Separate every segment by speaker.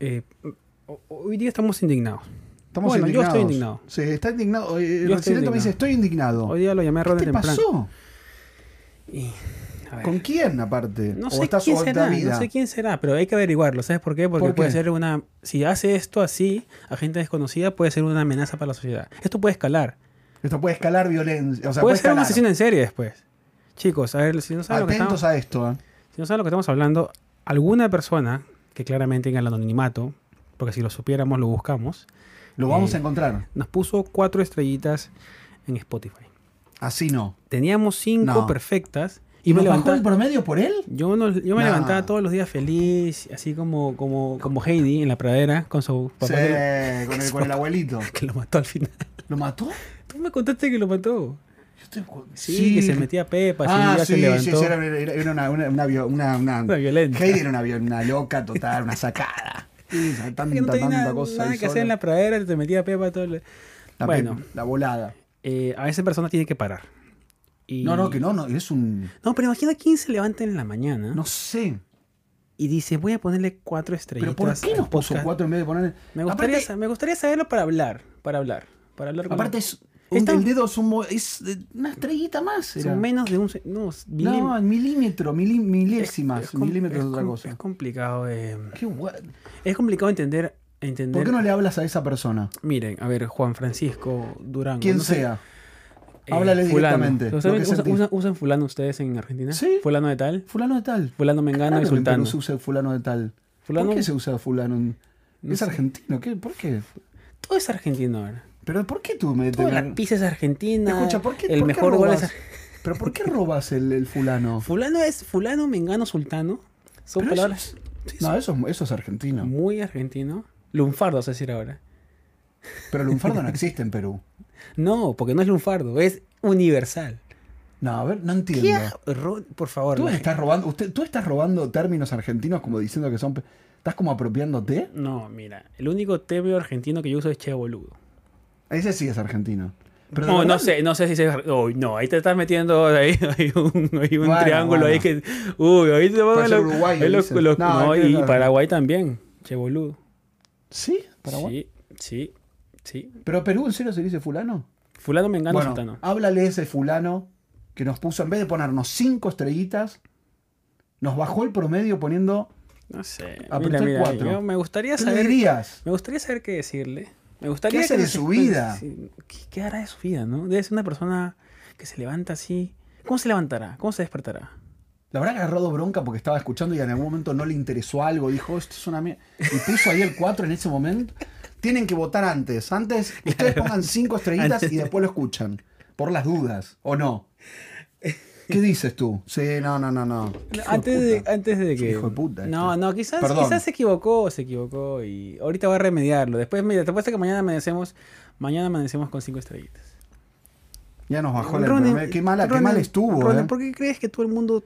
Speaker 1: eh, ho- hoy día estamos indignados.
Speaker 2: Estamos
Speaker 1: Bueno, yo
Speaker 2: indignados.
Speaker 1: estoy indignado.
Speaker 2: Sí, está indignado. Eh,
Speaker 1: Yo estoy
Speaker 2: Rocioleto me dice,
Speaker 1: indignado.
Speaker 2: estoy indignado.
Speaker 1: Hoy día lo llamé a
Speaker 2: ¿Qué
Speaker 1: Ronald
Speaker 2: te
Speaker 1: temprano.
Speaker 2: pasó?
Speaker 1: Y, a ver,
Speaker 2: ¿Con quién aparte?
Speaker 1: no
Speaker 2: ¿O
Speaker 1: sé
Speaker 2: está
Speaker 1: quién
Speaker 2: su
Speaker 1: será,
Speaker 2: vida?
Speaker 1: no sé quién será, pero hay que averiguarlo. ¿Sabes por qué? Porque
Speaker 2: ¿Por
Speaker 1: puede
Speaker 2: qué?
Speaker 1: ser una. Si hace esto así, a gente desconocida puede ser una amenaza para la sociedad. Esto puede escalar.
Speaker 2: Esto puede escalar violencia. O sea,
Speaker 1: puede
Speaker 2: puede
Speaker 1: ser un
Speaker 2: escalar.
Speaker 1: asesino en serie después. Chicos, a ver, si no saben lo que estamos.
Speaker 2: Atentos a esto. ¿eh?
Speaker 1: Si no saben lo que estamos hablando, alguna persona que claramente tenga el anonimato, porque si lo supiéramos lo buscamos,
Speaker 2: Lo vamos
Speaker 1: Eh.
Speaker 2: a encontrar.
Speaker 1: nos puso cuatro estrellitas en Spotify.
Speaker 2: Así no.
Speaker 1: Teníamos cinco
Speaker 2: No.
Speaker 1: perfectas y me
Speaker 2: ¿Nos bajó
Speaker 1: levantaba.
Speaker 2: el promedio por él?
Speaker 1: Yo, no- yo me
Speaker 2: No.
Speaker 1: levantaba todos los días feliz, así como, como, como Heidi en la pradera con su papá
Speaker 2: Sí,
Speaker 1: que,
Speaker 2: con el, con el abuelito.
Speaker 1: que lo mató al final.
Speaker 2: ¿Lo mató?
Speaker 1: Tú me contaste que lo mató.
Speaker 2: Yo estoy cu-
Speaker 1: Sí, que se metía Pepa, sí,
Speaker 2: Ah,
Speaker 1: ya
Speaker 2: sí,
Speaker 1: se levantó.
Speaker 2: sí, sí, era, era- era una, una, una, vio- una, una-
Speaker 1: Una violenta.
Speaker 2: Heidi era una, vio- una loca total, una sacada. Sí, tanta,
Speaker 1: Que no tenía
Speaker 2: tanta
Speaker 1: nada,
Speaker 2: cosa.
Speaker 1: nada
Speaker 2: ahí
Speaker 1: que hacer
Speaker 2: sola.
Speaker 1: en la pradera, te metía Pepa todo. el-
Speaker 2: La pe-
Speaker 1: bueno,
Speaker 2: la volada.
Speaker 1: eh, a esa persona tiene que parar. Y-
Speaker 2: No, no, que no, no, es un.
Speaker 1: No, pero imagina quién se levanta en la mañana
Speaker 2: No sé.
Speaker 1: y dice, voy a ponerle cuatro estrellitas.
Speaker 2: Pero ¿por qué
Speaker 1: al
Speaker 2: nos puso
Speaker 1: podcast.
Speaker 2: cuatro en vez de poner.
Speaker 1: Me gustaría,
Speaker 2: aparte,
Speaker 1: sa- me gustaría saberlo para hablar, para hablar, para hablar con
Speaker 2: aparte
Speaker 1: él.
Speaker 2: es. un-
Speaker 1: Está-
Speaker 2: el dedo es, un, mo- es eh, una estrellita más. era.
Speaker 1: son menos de un... se- No, milim-
Speaker 2: No, en milímetro, mili- milésimas,
Speaker 1: es com-
Speaker 2: milímetros
Speaker 1: es
Speaker 2: de otra
Speaker 1: com-
Speaker 2: cosa.
Speaker 1: Es complicado, eh,
Speaker 2: Qué gua-
Speaker 1: es complicado entender, entender...
Speaker 2: ¿Por qué no le hablas a esa persona?
Speaker 1: Miren, a ver, Juan Francisco Durán.
Speaker 2: Quien
Speaker 1: no sé,
Speaker 2: sea.
Speaker 1: eh,
Speaker 2: háblale
Speaker 1: fulano.
Speaker 2: directamente,
Speaker 1: ¿Lo
Speaker 2: lo
Speaker 1: saben?
Speaker 2: que
Speaker 1: ¿Usa-
Speaker 2: sentís.
Speaker 1: usa- ¿Usan fulano ustedes en Argentina?
Speaker 2: Sí.
Speaker 1: ¿Fulano de tal?
Speaker 2: Fulano de tal.
Speaker 1: Fulano Mengano
Speaker 2: Claro
Speaker 1: y
Speaker 2: que en
Speaker 1: Sultano.
Speaker 2: Perú se usa fulano de tal.
Speaker 1: Fulano-
Speaker 2: ¿Por qué se usa fulano? en-
Speaker 1: No
Speaker 2: es
Speaker 1: sé.
Speaker 2: argentino, ¿qué? ¿Por qué?
Speaker 1: Todo es argentino ahora.
Speaker 2: Pero ¿por qué tú me
Speaker 1: Toda
Speaker 2: te-
Speaker 1: la pizza es argentina.
Speaker 2: Escucha, ¿por qué?
Speaker 1: El
Speaker 2: por qué
Speaker 1: mejor gol es
Speaker 2: robas? Pero ¿por qué robas el, el fulano?
Speaker 1: Fulano es fulano, mengano, sultano. Son
Speaker 2: Pero eso
Speaker 1: palabras
Speaker 2: No, eso, es- eso es argentino.
Speaker 1: muy argentino. Lunfardo, es decir ahora.
Speaker 2: Pero lunfardo no existe en Perú.
Speaker 1: No, porque no es lunfardo, es universal.
Speaker 2: No, a ver, no entiendo.
Speaker 1: ¿Qué? Ro- Por favor.
Speaker 2: Tú
Speaker 1: la
Speaker 2: estás robando, usted, tú estás robando términos argentinos como diciendo que son. pe- ¿Estás como apropiándote?
Speaker 1: gente- No, mira, el único tebio argentino que yo uso es Che Boludo.
Speaker 2: Ese sí es argentino. Pero de
Speaker 1: No, no
Speaker 2: verdad-
Speaker 1: sé, no sé si se... Uy, no, ahí te estás metiendo, ahí hay un, hay un
Speaker 2: Bueno,
Speaker 1: triángulo ahí
Speaker 2: bueno.
Speaker 1: que... Uy, ahí te van
Speaker 2: Puede ser
Speaker 1: los-
Speaker 2: uruguayo,
Speaker 1: ahí los-
Speaker 2: dicen.
Speaker 1: los-
Speaker 2: No,
Speaker 1: no,
Speaker 2: es que
Speaker 1: y
Speaker 2: no-
Speaker 1: Paraguay también, Che Boludo.
Speaker 2: ¿Sí? Paraguay.
Speaker 1: Sí, sí, sí.
Speaker 2: ¿Pero Perú en serio se dice fulano?
Speaker 1: Fulano, mengano,
Speaker 2: bueno,
Speaker 1: sultano.
Speaker 2: háblale a ese fulano que nos puso, en vez de ponernos cinco estrellitas, nos bajó el promedio poniendo.
Speaker 1: No sé. Mira,
Speaker 2: Apretar
Speaker 1: mira,
Speaker 2: cuatro.
Speaker 1: yo me gustaría
Speaker 2: ¿Qué le
Speaker 1: saber.
Speaker 2: dirías?
Speaker 1: Me gustaría saber qué decirle. Me gustaría
Speaker 2: ¿Qué hace
Speaker 1: que
Speaker 2: de
Speaker 1: nos
Speaker 2: su
Speaker 1: explique-
Speaker 2: vida?
Speaker 1: sí, ¿Qué, qué hará de su vida, no? Debe ser una persona que se levanta así. ¿Cómo se levantará? ¿Cómo se despertará?
Speaker 2: La habrá agarrado bronca porque estaba escuchando y en algún momento no le interesó algo. Dijo, esto es una mierda. Y puso ahí el 4 en ese momento. Tienen que votar antes. Antes, ustedes pongan cinco estrellitas y después lo escuchan. Por las dudas, ¿o no? ¿Qué dices tú? Sí, no, no, no, no. Hijo de
Speaker 1: Antes de,
Speaker 2: puta.
Speaker 1: antes de que.
Speaker 2: Hijo de puta este.
Speaker 1: No, no, quizás,
Speaker 2: Perdón.
Speaker 1: quizás se equivocó, se equivocó y ahorita va a remediarlo. Después, mira, te apuesto que mañana amanecemos, mañana amanecemos con cinco estrellitas.
Speaker 2: Ya nos bajó la
Speaker 1: Ronen,
Speaker 2: enfermedad. Qué, mala, qué
Speaker 1: Ronen,
Speaker 2: mal estuvo.
Speaker 1: Ronen,
Speaker 2: eh.
Speaker 1: ¿por qué crees que todo el mundo...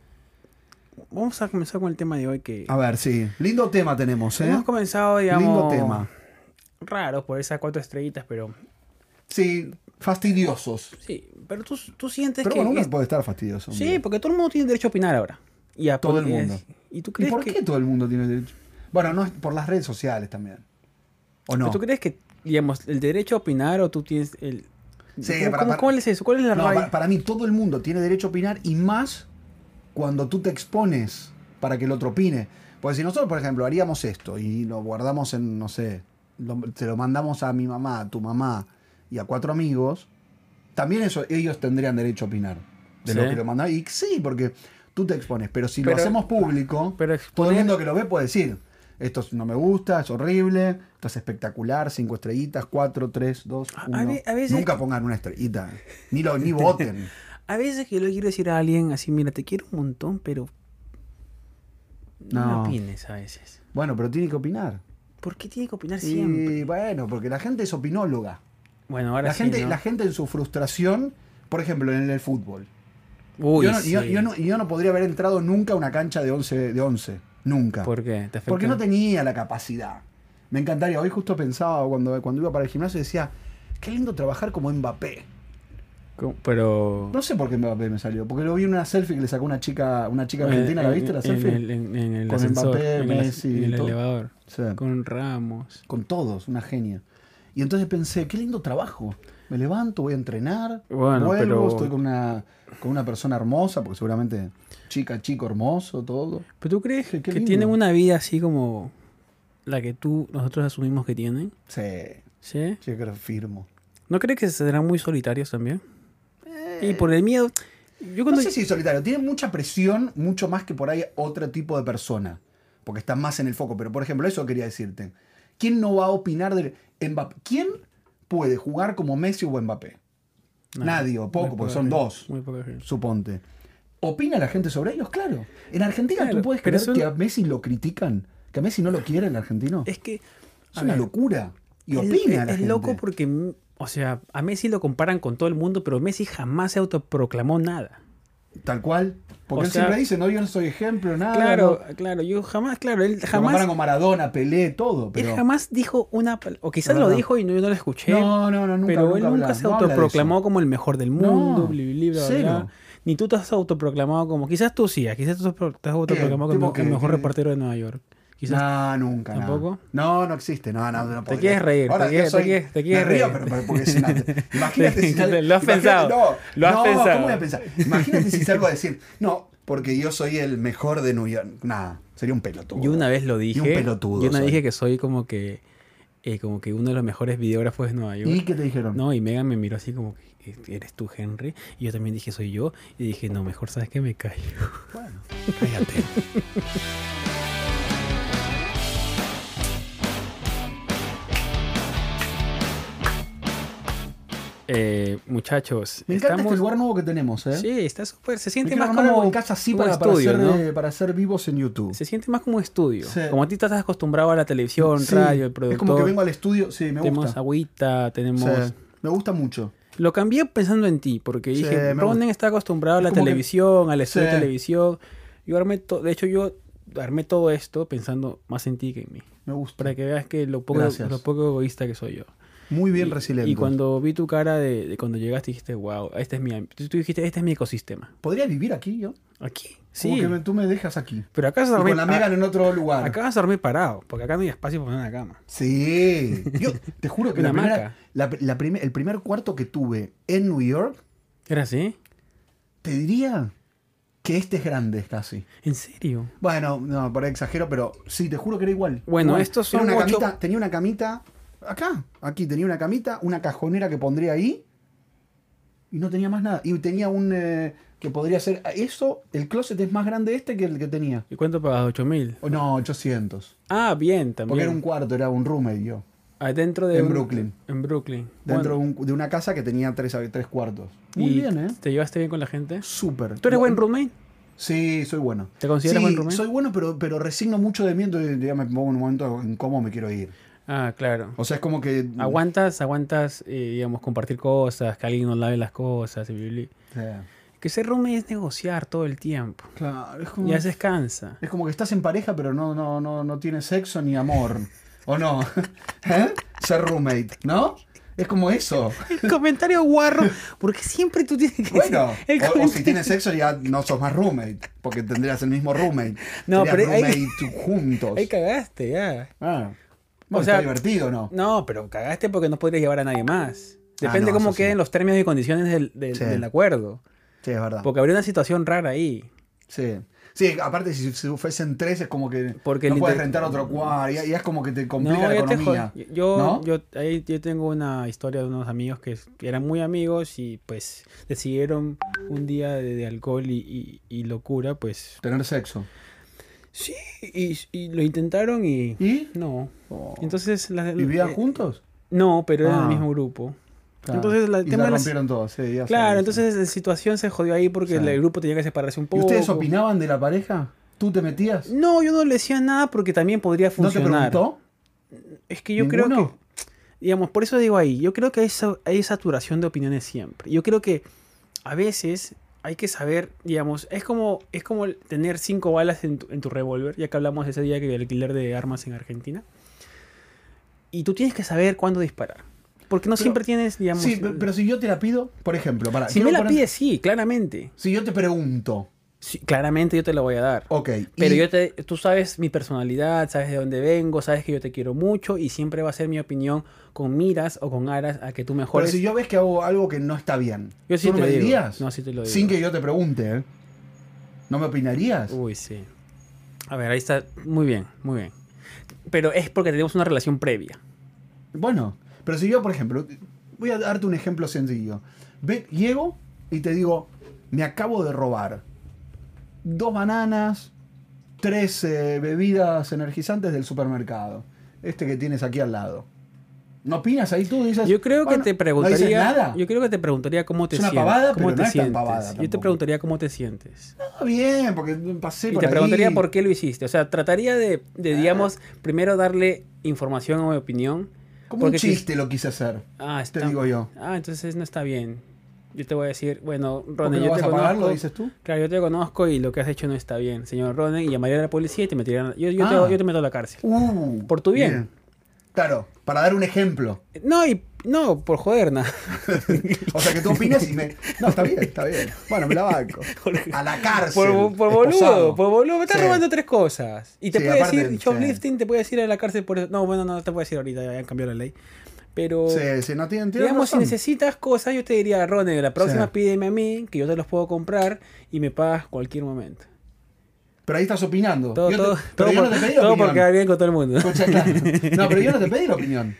Speaker 1: Vamos a comenzar con el tema de hoy que...
Speaker 2: A ver, sí. Lindo tema tenemos, ¿eh?
Speaker 1: Hemos comenzado, digamos...
Speaker 2: Lindo tema.
Speaker 1: Raro por esas cuatro estrellitas, pero...
Speaker 2: Sí, fastidiosos.
Speaker 1: Sí, pero tú, tú sientes
Speaker 2: Pero
Speaker 1: que...
Speaker 2: bueno, uno
Speaker 1: es-
Speaker 2: puede estar fastidioso. hombre.
Speaker 1: sí, porque todo el mundo tiene derecho a opinar ahora. Y a
Speaker 2: Todo el
Speaker 1: porque es-
Speaker 2: mundo.
Speaker 1: ¿Y tú
Speaker 2: ¿Y
Speaker 1: crees
Speaker 2: por
Speaker 1: que...
Speaker 2: qué todo el mundo tiene derecho? Bueno, no es por las redes sociales también. ¿O no?
Speaker 1: ¿Tú crees que, digamos, el derecho a opinar o tú tienes el...
Speaker 2: Sí,
Speaker 1: ¿Cómo,
Speaker 2: para-
Speaker 1: cómo-
Speaker 2: para-
Speaker 1: cuál es eso? ¿Cuál es la
Speaker 2: No,
Speaker 1: raya?
Speaker 2: para, para mí todo el mundo tiene derecho a opinar y más cuando tú te expones para que el otro opine. Porque si nosotros, por ejemplo, haríamos esto y lo guardamos en, no sé, lo- se lo mandamos a mi mamá, a tu mamá y a cuatro amigos, también eso, ellos tendrían derecho a opinar de lo
Speaker 1: Sí.
Speaker 2: que lo mandamos. Y sí, porque tú te expones, pero si
Speaker 1: Pero-
Speaker 2: lo hacemos público,
Speaker 1: pero
Speaker 2: todo
Speaker 1: exponer-
Speaker 2: el mundo que lo ve puede decir, esto no me gusta, es horrible, esto es espectacular, cinco estrellitas, cuatro, tres, dos,
Speaker 1: A- a
Speaker 2: uno.
Speaker 1: ve- a veces-
Speaker 2: Nunca pongan una estrellita. Ni, lo, ni voten.
Speaker 1: A veces que yo le quiero decir a alguien así, mira, te quiero un montón, pero no, me
Speaker 2: No.
Speaker 1: opines a veces.
Speaker 2: Bueno, pero tiene que opinar.
Speaker 1: ¿Por qué tiene que opinar siempre?
Speaker 2: Y bueno, porque la gente es opinóloga.
Speaker 1: Bueno, ahora
Speaker 2: La
Speaker 1: sí,
Speaker 2: gente,
Speaker 1: ¿no?
Speaker 2: la gente en su frustración, por ejemplo, en el fútbol.
Speaker 1: Uy,
Speaker 2: yo, no,
Speaker 1: sí.
Speaker 2: yo- yo no, yo no podría haber entrado nunca a una cancha de 11. De 11 nunca.
Speaker 1: ¿Por qué? ¿Te afecta?
Speaker 2: Porque no tenía la capacidad. Me encantaría. Hoy justo pensaba cuando, cuando iba para el gimnasio decía, qué lindo trabajar como Mbappé.
Speaker 1: ¿Cómo? Pero.
Speaker 2: No sé por qué Mbappé me salió, porque lo vi en una selfie que le sacó una chica, una chica
Speaker 1: Bueno,
Speaker 2: argentina, ¿la
Speaker 1: Eh, en-
Speaker 2: viste la
Speaker 1: en
Speaker 2: selfie?
Speaker 1: el- en- en el
Speaker 2: Con
Speaker 1: ascensor,
Speaker 2: Mbappé,
Speaker 1: en el as-
Speaker 2: Messi,
Speaker 1: en el
Speaker 2: todo.
Speaker 1: elevador.
Speaker 2: Sí. con...
Speaker 1: Con Ramos.
Speaker 2: todos, una genia. Y entonces pensé, qué lindo trabajo. Me levanto, voy a entrenar,
Speaker 1: Bueno,
Speaker 2: vuelvo,
Speaker 1: pero-
Speaker 2: estoy con una, con una persona hermosa, porque seguramente chica, chico, hermoso, todo.
Speaker 1: ¿Pero tú crees
Speaker 2: Qué- qué
Speaker 1: que
Speaker 2: lindo.
Speaker 1: tienen una vida así como la que tú, nosotros asumimos que tienen?
Speaker 2: Sí,
Speaker 1: ¿Sí?
Speaker 2: yo creo firmo.
Speaker 1: ¿No crees que serán muy solitarios también? Y por el miedo. Yo
Speaker 2: Eh, No
Speaker 1: cuando.
Speaker 2: sé si solitario, tiene mucha presión, mucho más que por ahí otro tipo de persona, porque está más en el foco. Pero, por ejemplo, eso quería decirte. ¿Quién no va a opinar del Mbappé? ¿Quién puede jugar como Messi o Mbappé? Nadie, o poco,
Speaker 1: muy
Speaker 2: porque son
Speaker 1: gente,
Speaker 2: dos.
Speaker 1: Muy poca gente.
Speaker 2: Suponte. ¿Opina la gente sobre ellos? Claro. En Argentina
Speaker 1: Claro,
Speaker 2: tú puedes
Speaker 1: pero
Speaker 2: creer
Speaker 1: eso
Speaker 2: que
Speaker 1: no-
Speaker 2: a Messi lo critican, que a Messi no lo quiere el argentino. Es,
Speaker 1: Es que. a
Speaker 2: una
Speaker 1: ver,
Speaker 2: locura. Y
Speaker 1: es-
Speaker 2: opina
Speaker 1: Es,
Speaker 2: la
Speaker 1: es
Speaker 2: gente.
Speaker 1: loco porque. O sea, a Messi lo comparan con todo el mundo, pero Messi jamás se autoproclamó nada.
Speaker 2: Tal cual. Porque
Speaker 1: O
Speaker 2: él
Speaker 1: sea-
Speaker 2: siempre dice, no, yo no soy ejemplo, nada.
Speaker 1: Claro,
Speaker 2: Ah, no".
Speaker 1: claro, yo jamás, claro, él
Speaker 2: Lo comparan
Speaker 1: jamás,
Speaker 2: con Maradona, Pelé, todo. Pero...
Speaker 1: él jamás dijo una pal- o quizás
Speaker 2: No,
Speaker 1: lo
Speaker 2: no.
Speaker 1: dijo y no, yo no lo escuché,
Speaker 2: No, no, no, nunca.
Speaker 1: pero él
Speaker 2: habla,
Speaker 1: nunca se
Speaker 2: no habla de
Speaker 1: autoproclamó
Speaker 2: eso.
Speaker 1: como el mejor del mundo,
Speaker 2: No,
Speaker 1: bli, bli, bli, bla, bla,
Speaker 2: cero.
Speaker 1: bla. ni tú te has autoproclamado como, quizás tú sí, ah, quizás tú te has autoproclamado
Speaker 2: ¿Tipo
Speaker 1: como
Speaker 2: qué?
Speaker 1: el mejor
Speaker 2: ¿Qué?
Speaker 1: reportero de Nueva York, quizás
Speaker 2: No, nunca. no.
Speaker 1: ¿Tampoco?
Speaker 2: No, no existe. No, no, no
Speaker 1: Te
Speaker 2: podría.
Speaker 1: quieres reír, te
Speaker 2: Ahora yo
Speaker 1: quieres- te
Speaker 2: soy-
Speaker 1: quieres- te quieres
Speaker 2: me río,
Speaker 1: reír.
Speaker 2: pero- pero porque si no- Imagínate si salgo-
Speaker 1: Lo has
Speaker 2: imagínate-
Speaker 1: pensado,
Speaker 2: No,
Speaker 1: lo has
Speaker 2: no,
Speaker 1: pensado.
Speaker 2: ¿Cómo voy a pensar? Imagínate si salgo a decir, no, porque yo soy el mejor de New York. Nada, sería un pelotudo.
Speaker 1: yo una vez lo dije,
Speaker 2: un pelotudo
Speaker 1: yo una
Speaker 2: soy.
Speaker 1: dije que soy como que, eh, como que uno de los mejores videógrafos de Nueva York,
Speaker 2: ¿Y qué te dijeron?
Speaker 1: No, y Megan me miró así como, que, ¿eres tú Henry? Y yo también dije, soy yo. Y dije, no, mejor sabes que me callo.
Speaker 2: Bueno, cállate.
Speaker 1: Eh, muchachos,
Speaker 2: Me encanta este lugar nuevo que tenemos, ¿eh?
Speaker 1: Sí, está súper. Se
Speaker 2: Me
Speaker 1: siente
Speaker 2: quiero
Speaker 1: más
Speaker 2: armar algo
Speaker 1: como
Speaker 2: en casa así
Speaker 1: como
Speaker 2: para, para
Speaker 1: estudio,
Speaker 2: hacer,
Speaker 1: ¿no?
Speaker 2: eh, para hacer vivos en YouTube.
Speaker 1: Se siente más como estudio.
Speaker 2: Sí.
Speaker 1: Como a ti te estás acostumbrado a la televisión,
Speaker 2: Sí,
Speaker 1: radio, el
Speaker 2: Es como que
Speaker 1: productor.
Speaker 2: vengo al estudio, sí, me
Speaker 1: tenemos
Speaker 2: gusta.
Speaker 1: agüita, tenemos.
Speaker 2: Sí, me gusta mucho.
Speaker 1: Lo cambié pensando en ti, porque
Speaker 2: Sí,
Speaker 1: dije,
Speaker 2: me gusta.
Speaker 1: Ronen está acostumbrado a
Speaker 2: Es
Speaker 1: la
Speaker 2: como que-
Speaker 1: televisión, al estudio
Speaker 2: Sí.
Speaker 1: de televisión. Yo armé todo, de hecho, yo armé todo esto pensando más en ti que en mí.
Speaker 2: Me gusta.
Speaker 1: Para que veas que lo poco,
Speaker 2: Gracias.
Speaker 1: lo poco egoísta que soy yo.
Speaker 2: Muy bien
Speaker 1: Y-
Speaker 2: resiliente.
Speaker 1: Y cuando vi tu cara de, de cuando llegaste dijiste, wow, este es mi... am- Tú, tú dijiste, este es mi ecosistema.
Speaker 2: ¿Podría vivir aquí yo?
Speaker 1: ¿Aquí?
Speaker 2: Como
Speaker 1: Sí.
Speaker 2: que me- tú me dejas aquí.
Speaker 1: Pero acá vas
Speaker 2: Y
Speaker 1: a dormir...
Speaker 2: con la
Speaker 1: a-
Speaker 2: Megan en otro lugar.
Speaker 1: acá vas a dormir parado, porque acá no hay espacio para poner una cama.
Speaker 2: Sí. Yo te juro que la
Speaker 1: Una
Speaker 2: primera-
Speaker 1: hamaca.
Speaker 2: la- la primer- el primer cuarto que tuve en New York,
Speaker 1: ¿Era así?
Speaker 2: te diría que este es grande casi.
Speaker 1: ¿En serio?
Speaker 2: Bueno, no, por ahí exagero, pero sí, te juro que era igual.
Speaker 1: Bueno,
Speaker 2: Igual.
Speaker 1: estos
Speaker 2: Era
Speaker 1: son
Speaker 2: una
Speaker 1: ocho-
Speaker 2: camita- tenía una camita acá, aquí tenía una camita, una cajonera que pondría ahí y no tenía más nada. Y tenía un eh, que podría ser eso, el closet es más grande este que el que tenía.
Speaker 1: ¿Y cuánto pagas? ¿8 mil?
Speaker 2: O No, 800.
Speaker 1: Ah, bien, también.
Speaker 2: Porque era un cuarto, era un roommate yo.
Speaker 1: Adentro de...
Speaker 2: en
Speaker 1: un-
Speaker 2: Brooklyn.
Speaker 1: En Brooklyn.
Speaker 2: Dentro
Speaker 1: Bueno,
Speaker 2: de, un- de una casa que tenía tres, tres cuartos. Muy
Speaker 1: ¿y
Speaker 2: bien, ¿eh?
Speaker 1: ¿Te llevaste bien con la gente?
Speaker 2: Súper.
Speaker 1: ¿Tú eres buen
Speaker 2: roommate?
Speaker 1: roommate?
Speaker 2: Sí, soy bueno.
Speaker 1: ¿Te consideras
Speaker 2: Sí,
Speaker 1: buen roommate?
Speaker 2: soy bueno, pero, pero resigno mucho de mí, entonces ya me pongo en un momento en cómo me quiero ir.
Speaker 1: Ah, claro.
Speaker 2: O sea, es como que...
Speaker 1: Aguantas, aguantas, eh, digamos, compartir cosas, que alguien nos lave las cosas. y bli, bli.
Speaker 2: Sí.
Speaker 1: Que ser roommate es negociar todo el tiempo.
Speaker 2: Claro, es como,
Speaker 1: Ya se descansa.
Speaker 2: es como que estás en pareja, pero no, no, no, no tienes sexo ni amor. ¿O no? ¿Eh? Ser roommate, ¿no? Es como eso.
Speaker 1: El comentario guarro, porque siempre tú tienes que.
Speaker 2: Bueno,
Speaker 1: el
Speaker 2: o, o si
Speaker 1: comentario-
Speaker 2: tienes sexo ya no sos más roommate, porque tendrías el mismo roommate.
Speaker 1: No,
Speaker 2: Serías
Speaker 1: pero ahí-
Speaker 2: roommate juntos.
Speaker 1: Ahí cagaste, ya.
Speaker 2: Ah.
Speaker 1: O
Speaker 2: Bueno,
Speaker 1: sea,
Speaker 2: está divertido, ¿no?
Speaker 1: No, pero cagaste porque no podrías llevar a nadie más. Depende
Speaker 2: Ah, no,
Speaker 1: cómo
Speaker 2: eso sí.
Speaker 1: queden los términos y condiciones del, del-
Speaker 2: Sí. Ah.
Speaker 1: del acuerdo.
Speaker 2: Sí, es verdad.
Speaker 1: Porque habría una situación rara ahí.
Speaker 2: Sí. Sí, aparte si, si fuesen tres es como que
Speaker 1: Porque
Speaker 2: no
Speaker 1: el
Speaker 2: puedes
Speaker 1: inter-
Speaker 2: rentar otro cuarto y, y es como que te complica la
Speaker 1: yo te
Speaker 2: economía.
Speaker 1: jod- yo,
Speaker 2: ¿no?
Speaker 1: yo, ahí yo tengo una historia de unos amigos que s- eran muy amigos y pues decidieron un día de, de alcohol y, y- y locura, pues
Speaker 2: Tener sexo.
Speaker 1: sí, y, y lo intentaron y
Speaker 2: ¿Y?
Speaker 1: no.
Speaker 2: Oh.
Speaker 1: Entonces la-
Speaker 2: ¿Vivían
Speaker 1: eh,
Speaker 2: juntos?
Speaker 1: No, pero eran
Speaker 2: Ah.
Speaker 1: del mismo grupo.
Speaker 2: Claro.
Speaker 1: Entonces la- el
Speaker 2: y
Speaker 1: tema
Speaker 2: la
Speaker 1: de las-
Speaker 2: rompieron todos, sí, ya sé, ya
Speaker 1: Claro,
Speaker 2: sé.
Speaker 1: entonces la situación se jodió ahí porque
Speaker 2: Sí.
Speaker 1: el grupo tenía que separarse un
Speaker 2: ¿Y
Speaker 1: poco.
Speaker 2: ustedes opinaban de la pareja? ¿Tú te metías?
Speaker 1: No, yo no le decía nada porque también podría
Speaker 2: ¿No te
Speaker 1: funcionar.
Speaker 2: preguntó?
Speaker 1: Es que yo creo que
Speaker 2: ¿Ninguno?
Speaker 1: digamos, por eso digo ahí, yo creo que hay, sa- hay saturación de opiniones siempre. Yo creo que a veces hay que saber, digamos, es como, es como el tener cinco balas en tu, en tu revólver, ya que hablamos ese día que del alquiler de armas en Argentina. Y tú tienes que saber cuándo disparar. Porque no siempre tienes, digamos.
Speaker 2: Sí, pero, pero si yo te la pido, por ejemplo, para.
Speaker 1: si me la pides, sí, claramente.
Speaker 2: Si yo te pregunto,
Speaker 1: Sí, claramente yo te la voy a dar.
Speaker 2: ok.
Speaker 1: Pero
Speaker 2: y-
Speaker 1: yo te, tú sabes mi personalidad, sabes de dónde vengo, sabes que yo te quiero mucho y siempre va a ser mi opinión con miras o con aras a que tú
Speaker 2: Pero
Speaker 1: mejores.
Speaker 2: si yo ves que hago algo que no está bien,
Speaker 1: Yo sí
Speaker 2: ¿tú no
Speaker 1: te
Speaker 2: me
Speaker 1: digo.
Speaker 2: dirías?
Speaker 1: No, sí te lo digo.
Speaker 2: Sin que yo te pregunte, ¿eh? ¿No me opinarías?
Speaker 1: Uy, sí. A ver, ahí está. Muy bien, muy bien. Pero es porque tenemos una relación previa.
Speaker 2: Bueno, pero si yo, por ejemplo, voy a darte un ejemplo sencillo. Ve, llego y te digo, me acabo de robar dos bananas, tres eh, bebidas energizantes del supermercado. Este que tienes aquí al lado. ¿No opinas ahí tú? Dices,
Speaker 1: Yo creo que
Speaker 2: bueno,
Speaker 1: te
Speaker 2: ¿No dices
Speaker 1: preguntaría.
Speaker 2: nada?
Speaker 1: yo creo que te preguntaría cómo te
Speaker 2: Es una
Speaker 1: sientes.
Speaker 2: pavada,
Speaker 1: cómo te
Speaker 2: pero no es tan
Speaker 1: sientes.
Speaker 2: pavada
Speaker 1: yo te
Speaker 2: tampoco.
Speaker 1: preguntaría cómo te sientes.
Speaker 2: Está bien, porque pasé
Speaker 1: Y
Speaker 2: por
Speaker 1: te
Speaker 2: ahí.
Speaker 1: preguntaría por qué lo hiciste. O sea, trataría de, de, digamos, primero darle información o mi opinión.
Speaker 2: Como
Speaker 1: porque
Speaker 2: un
Speaker 1: si-
Speaker 2: chiste lo quise hacer.
Speaker 1: Ah,
Speaker 2: Te
Speaker 1: está,
Speaker 2: digo yo.
Speaker 1: Ah, entonces no está bien. Yo te voy a decir, bueno,
Speaker 2: ¿Por qué
Speaker 1: Ronen,
Speaker 2: no
Speaker 1: yo
Speaker 2: vas
Speaker 1: te
Speaker 2: a pagarlo?
Speaker 1: conozco.
Speaker 2: Dices tú.
Speaker 1: Claro, yo te conozco y lo que has hecho no está bien, señor Ronen, y llamaría a la policía y te meterían. Yo, yo,
Speaker 2: Ah.
Speaker 1: te, yo te meto a la cárcel.
Speaker 2: Uh,
Speaker 1: Por tu bien.
Speaker 2: Claro, para dar un ejemplo.
Speaker 1: No, y no, por joder, nada.
Speaker 2: O sea, que tú opinas y me. No, está bien, está bien. Bueno, me la banco. A la cárcel.
Speaker 1: Por, por boludo,
Speaker 2: esposado.
Speaker 1: por boludo, me estás
Speaker 2: Sí.
Speaker 1: robando tres cosas. Y te
Speaker 2: Sí,
Speaker 1: puede
Speaker 2: aparte,
Speaker 1: decir, John
Speaker 2: sí.
Speaker 1: Lifting te puede decir a la cárcel por eso. No, bueno, no te puede decir ahorita, ya han cambiado la ley. Pero,
Speaker 2: Sí, sí, no tienen tienen
Speaker 1: digamos, si
Speaker 2: razón.
Speaker 1: necesitas cosas, yo te diría, Ronen, la próxima
Speaker 2: Sí.
Speaker 1: pídeme a mí, que yo te los puedo comprar y me pagas cualquier momento.
Speaker 2: Pero ahí estás opinando.
Speaker 1: Todo,
Speaker 2: Yo te-
Speaker 1: todo,
Speaker 2: pero
Speaker 1: todo
Speaker 2: yo
Speaker 1: por,
Speaker 2: no te pedí
Speaker 1: todo por
Speaker 2: opinión.
Speaker 1: quedar bien con todo el mundo.
Speaker 2: Escucha, claro. No, pero yo no te pedí la opinión.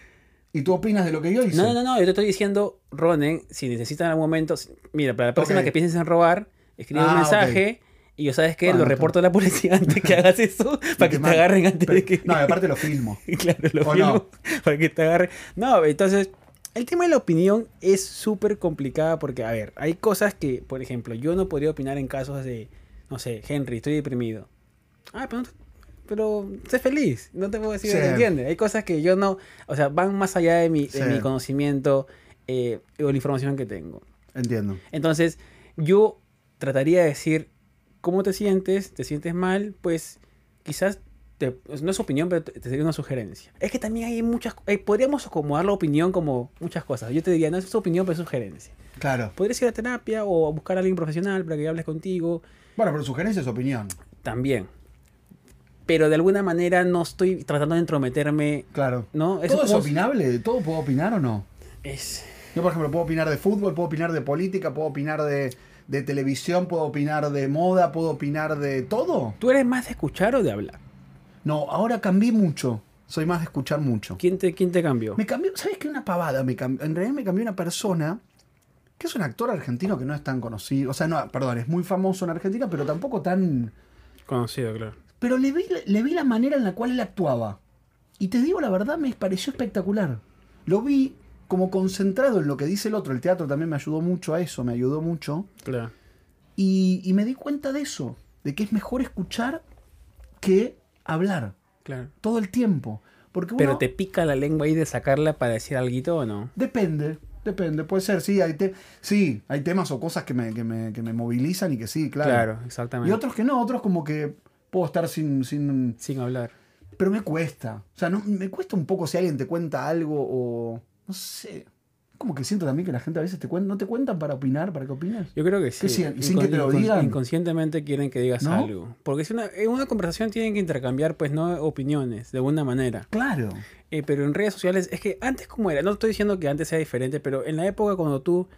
Speaker 2: Y tú opinas de lo que yo hice.
Speaker 1: No, no, no, yo te estoy diciendo, Ronen, si necesitan en algún momento, si- mira, para la próxima
Speaker 2: Ok.
Speaker 1: que pienses en robar, escribe
Speaker 2: Ah,
Speaker 1: un mensaje y yo sabes que
Speaker 2: Bueno,
Speaker 1: lo
Speaker 2: está.
Speaker 1: reporto a la policía antes que hagas eso, para que te
Speaker 2: man-
Speaker 1: agarren antes de
Speaker 2: Pero-
Speaker 1: que...
Speaker 2: No, y aparte lo filmo.
Speaker 1: claro, lo
Speaker 2: ¿O
Speaker 1: mismo,
Speaker 2: no?
Speaker 1: para que te agarren. No, entonces, el tema de la opinión es súper complicada porque, a ver, hay cosas que, por ejemplo, yo no podría opinar en casos de, no sé, Henry, estoy deprimido. Ah, pero, no te- pero sé feliz, no te puedo decir,
Speaker 2: Sí.
Speaker 1: ¿entiendes? Hay cosas que yo no, o sea, van más allá de mi, de
Speaker 2: Sí.
Speaker 1: mi conocimiento eh, o la información que tengo.
Speaker 2: Entiendo.
Speaker 1: Entonces, yo trataría de decir, ¿cómo te sientes? ¿Te sientes mal? Pues quizás, te- pues, no es opinión, pero te, te sería una sugerencia. Es que también hay muchas, eh, podríamos acomodar la opinión como muchas cosas. Yo te diría, no es opinión, pero es sugerencia.
Speaker 2: Claro.
Speaker 1: Podrías ir a terapia o a buscar a alguien profesional para que hables contigo,
Speaker 2: Bueno, pero sugerencia es opinión.
Speaker 1: también. Pero de alguna manera no estoy tratando de entrometerme,
Speaker 2: Claro.
Speaker 1: ¿no?
Speaker 2: ¿Todo es
Speaker 1: como-
Speaker 2: opinable? ¿Todo puedo opinar o no?
Speaker 1: es-
Speaker 2: Yo, por ejemplo, puedo opinar de fútbol, puedo opinar de política, puedo opinar de, de televisión, puedo opinar de moda, puedo opinar de todo.
Speaker 1: ¿Tú eres más de escuchar o de hablar?
Speaker 2: No, ahora cambié mucho. Soy más de escuchar mucho.
Speaker 1: ¿Quién te, quién te cambió?
Speaker 2: Me cambió, ¿sabes qué? Una pavada. Me cambió, en realidad me cambió una persona que es un actor argentino que no es tan conocido. O sea, no, perdón, es muy famoso en Argentina, pero tampoco tan.
Speaker 1: Conocido, claro.
Speaker 2: Pero le vi, le vi la manera en la cual él actuaba. Y te digo la verdad, me pareció espectacular. Lo vi como concentrado en lo que dice el otro. El teatro también me ayudó mucho a eso, me ayudó mucho.
Speaker 1: Claro.
Speaker 2: Y, y me di cuenta de eso, de que es mejor escuchar que hablar
Speaker 1: Claro.
Speaker 2: todo el tiempo. Porque uno,
Speaker 1: Pero te pica la lengua ahí de sacarla para decir algo o no.
Speaker 2: Depende, depende, puede ser, sí, hay, te- sí, hay temas o cosas que me, que me- que me movilizan y que sí, claro.
Speaker 1: exactamente.
Speaker 2: Y otros que no, otros como que puedo estar sin... sin
Speaker 1: Sin hablar.
Speaker 2: pero me cuesta. O sea, no, me cuesta un poco si alguien te cuenta algo o... No sé. Como que siento también que la gente a veces te cuen- no te cuentan para opinar, para que opines.
Speaker 1: Yo creo que sí.
Speaker 2: sin- sin que te lo digan?
Speaker 1: Inconscientemente quieren que digas
Speaker 2: ¿No?
Speaker 1: algo. Porque es una, en una conversación tienen que intercambiar, pues, no opiniones, de alguna manera.
Speaker 2: Claro.
Speaker 1: Eh, pero en redes sociales, es que antes como era, no estoy diciendo que antes sea diferente, pero en la época cuando tú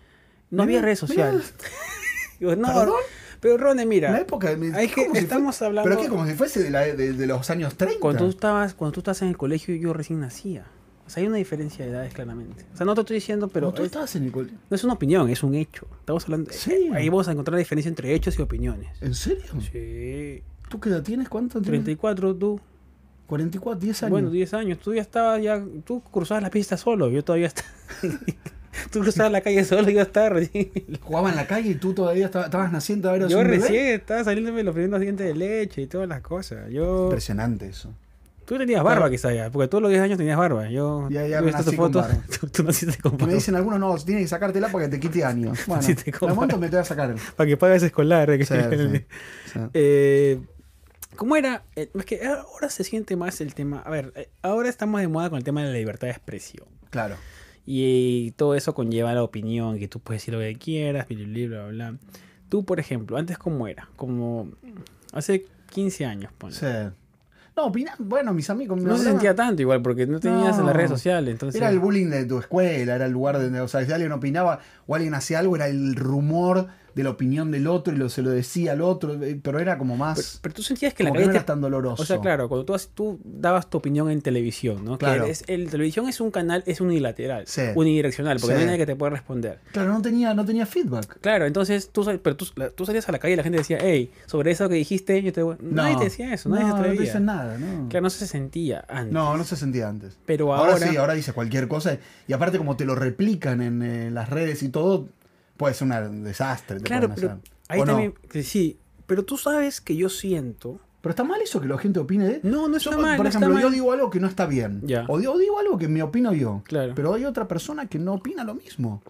Speaker 1: no
Speaker 2: Mira,
Speaker 1: había redes
Speaker 2: mira.
Speaker 1: sociales. Digo, no,
Speaker 2: ¿Perdón?
Speaker 1: pero Rone,
Speaker 2: En la
Speaker 1: mira,
Speaker 2: época... me-
Speaker 1: hay que-
Speaker 2: como si fue-
Speaker 1: estamos hablando-
Speaker 2: Pero es que como si fuese de, la- de- de los años 30.
Speaker 1: cuando tú estabas, cuando tú estás en el colegio, yo recién nacía. O sea, hay una diferencia de edades claramente. O sea, no te estoy diciendo, pero
Speaker 2: Cuando tú
Speaker 1: es-
Speaker 2: estabas en el colegio.
Speaker 1: No es una opinión, es un hecho. Estamos hablando.
Speaker 2: Sí.
Speaker 1: Ahí vamos a encontrar la diferencia entre hechos y opiniones.
Speaker 2: ¿En serio?
Speaker 1: Sí.
Speaker 2: ¿Tú qué edad tienes? ¿Cuánto? tienes?
Speaker 1: 34, tú.
Speaker 2: 44, 10 años.
Speaker 1: Bueno, 10 años. Tú ya estabas, ya. Tú cruzabas la pista solo. Yo todavía estaba. tú cruzabas la calle solo. Yo estaba recién.
Speaker 2: Jugaba en la calle y tú todavía estaba- estabas naciendo, ahora eras
Speaker 1: Yo
Speaker 2: un bebé.
Speaker 1: recién estaba saliéndome los primeros dientes de leche y todas las cosas. Yo.
Speaker 2: Impresionante eso.
Speaker 1: Tú tenías barba quizás ya. Porque tú a los 10 años tenías barba. Yo.
Speaker 2: Ya, ya
Speaker 1: yo he visto
Speaker 2: nací
Speaker 1: tus
Speaker 2: con
Speaker 1: fotos.
Speaker 2: barba.
Speaker 1: Tú, tú naciste con
Speaker 2: Que me
Speaker 1: barba.
Speaker 2: dicen algunos, no, tienes que sacártela porque te quite años. Bueno,
Speaker 1: Sí, te
Speaker 2: en algún momento me te voy a sacar. Sí,
Speaker 1: Para que pagues escolar.
Speaker 2: sí, sí.
Speaker 1: Eh, ¿Cómo era? Eh, Es que ahora se siente más el tema. A ver, eh, ahora estamos de moda con el tema de la libertad de expresión.
Speaker 2: Claro.
Speaker 1: Y, todo eso conlleva la opinión, que tú puedes decir lo que quieras, bla, bla, bla. bla. Tú, por ejemplo, antes cómo era, como hace 15 años, ponle.
Speaker 2: Sí. No, opina- bueno, mis amigos. me
Speaker 1: No se
Speaker 2: hablaban-
Speaker 1: sentía tanto igual, porque no tenías
Speaker 2: No.
Speaker 1: las redes sociales, entonces...
Speaker 2: Era el bullying de tu escuela, era el lugar donde, o sea, si alguien opinaba o alguien hacía algo, era el rumor de la opinión del otro y lo, se lo decía al otro, eh, pero era como
Speaker 1: pero,
Speaker 2: más.
Speaker 1: pero tú sentías que
Speaker 2: como
Speaker 1: la
Speaker 2: que no
Speaker 1: calle
Speaker 2: era
Speaker 1: te-
Speaker 2: tan doloroso.
Speaker 1: O sea, claro, cuando tú, has- tú dabas tu opinión en televisión, ¿no? Que
Speaker 2: Claro.
Speaker 1: es- el televisión es un canal, es unilateral,
Speaker 2: Sí.
Speaker 1: unidireccional, porque
Speaker 2: Sí.
Speaker 1: no hay nadie que te pueda responder.
Speaker 2: Claro, no tenía, no tenía feedback.
Speaker 1: Claro, entonces tú, sal- pero tú, la- tú salías a la calle y la gente decía, hey, sobre eso que dijiste, yo te voy-".
Speaker 2: No.
Speaker 1: nadie te decía eso, nadie
Speaker 2: no,
Speaker 1: se
Speaker 2: no
Speaker 1: atrevía.
Speaker 2: dicen nada, ¿no?
Speaker 1: Claro, no se sentía antes.
Speaker 2: No, no se sentía antes.
Speaker 1: Pero
Speaker 2: Ahora,
Speaker 1: ahora,
Speaker 2: sí, ahora dice cualquier cosa. Y aparte, como te lo replican en eh, las redes y todo, puede ser una- un desastre. te
Speaker 1: claro,
Speaker 2: pueden
Speaker 1: pero
Speaker 2: hacer.
Speaker 1: ahí
Speaker 2: ¿O no?
Speaker 1: también, que sí, pero tú sabes que yo siento,
Speaker 2: Pero está mal eso que la gente opine de.
Speaker 1: no, no está
Speaker 2: Yo, por
Speaker 1: mal, no está
Speaker 2: ejemplo, yo
Speaker 1: mal.
Speaker 2: digo algo que no está bien.
Speaker 1: Ya.
Speaker 2: O, digo, o digo algo que me opino yo.
Speaker 1: Claro.
Speaker 2: Pero hay otra persona que no opina lo mismo.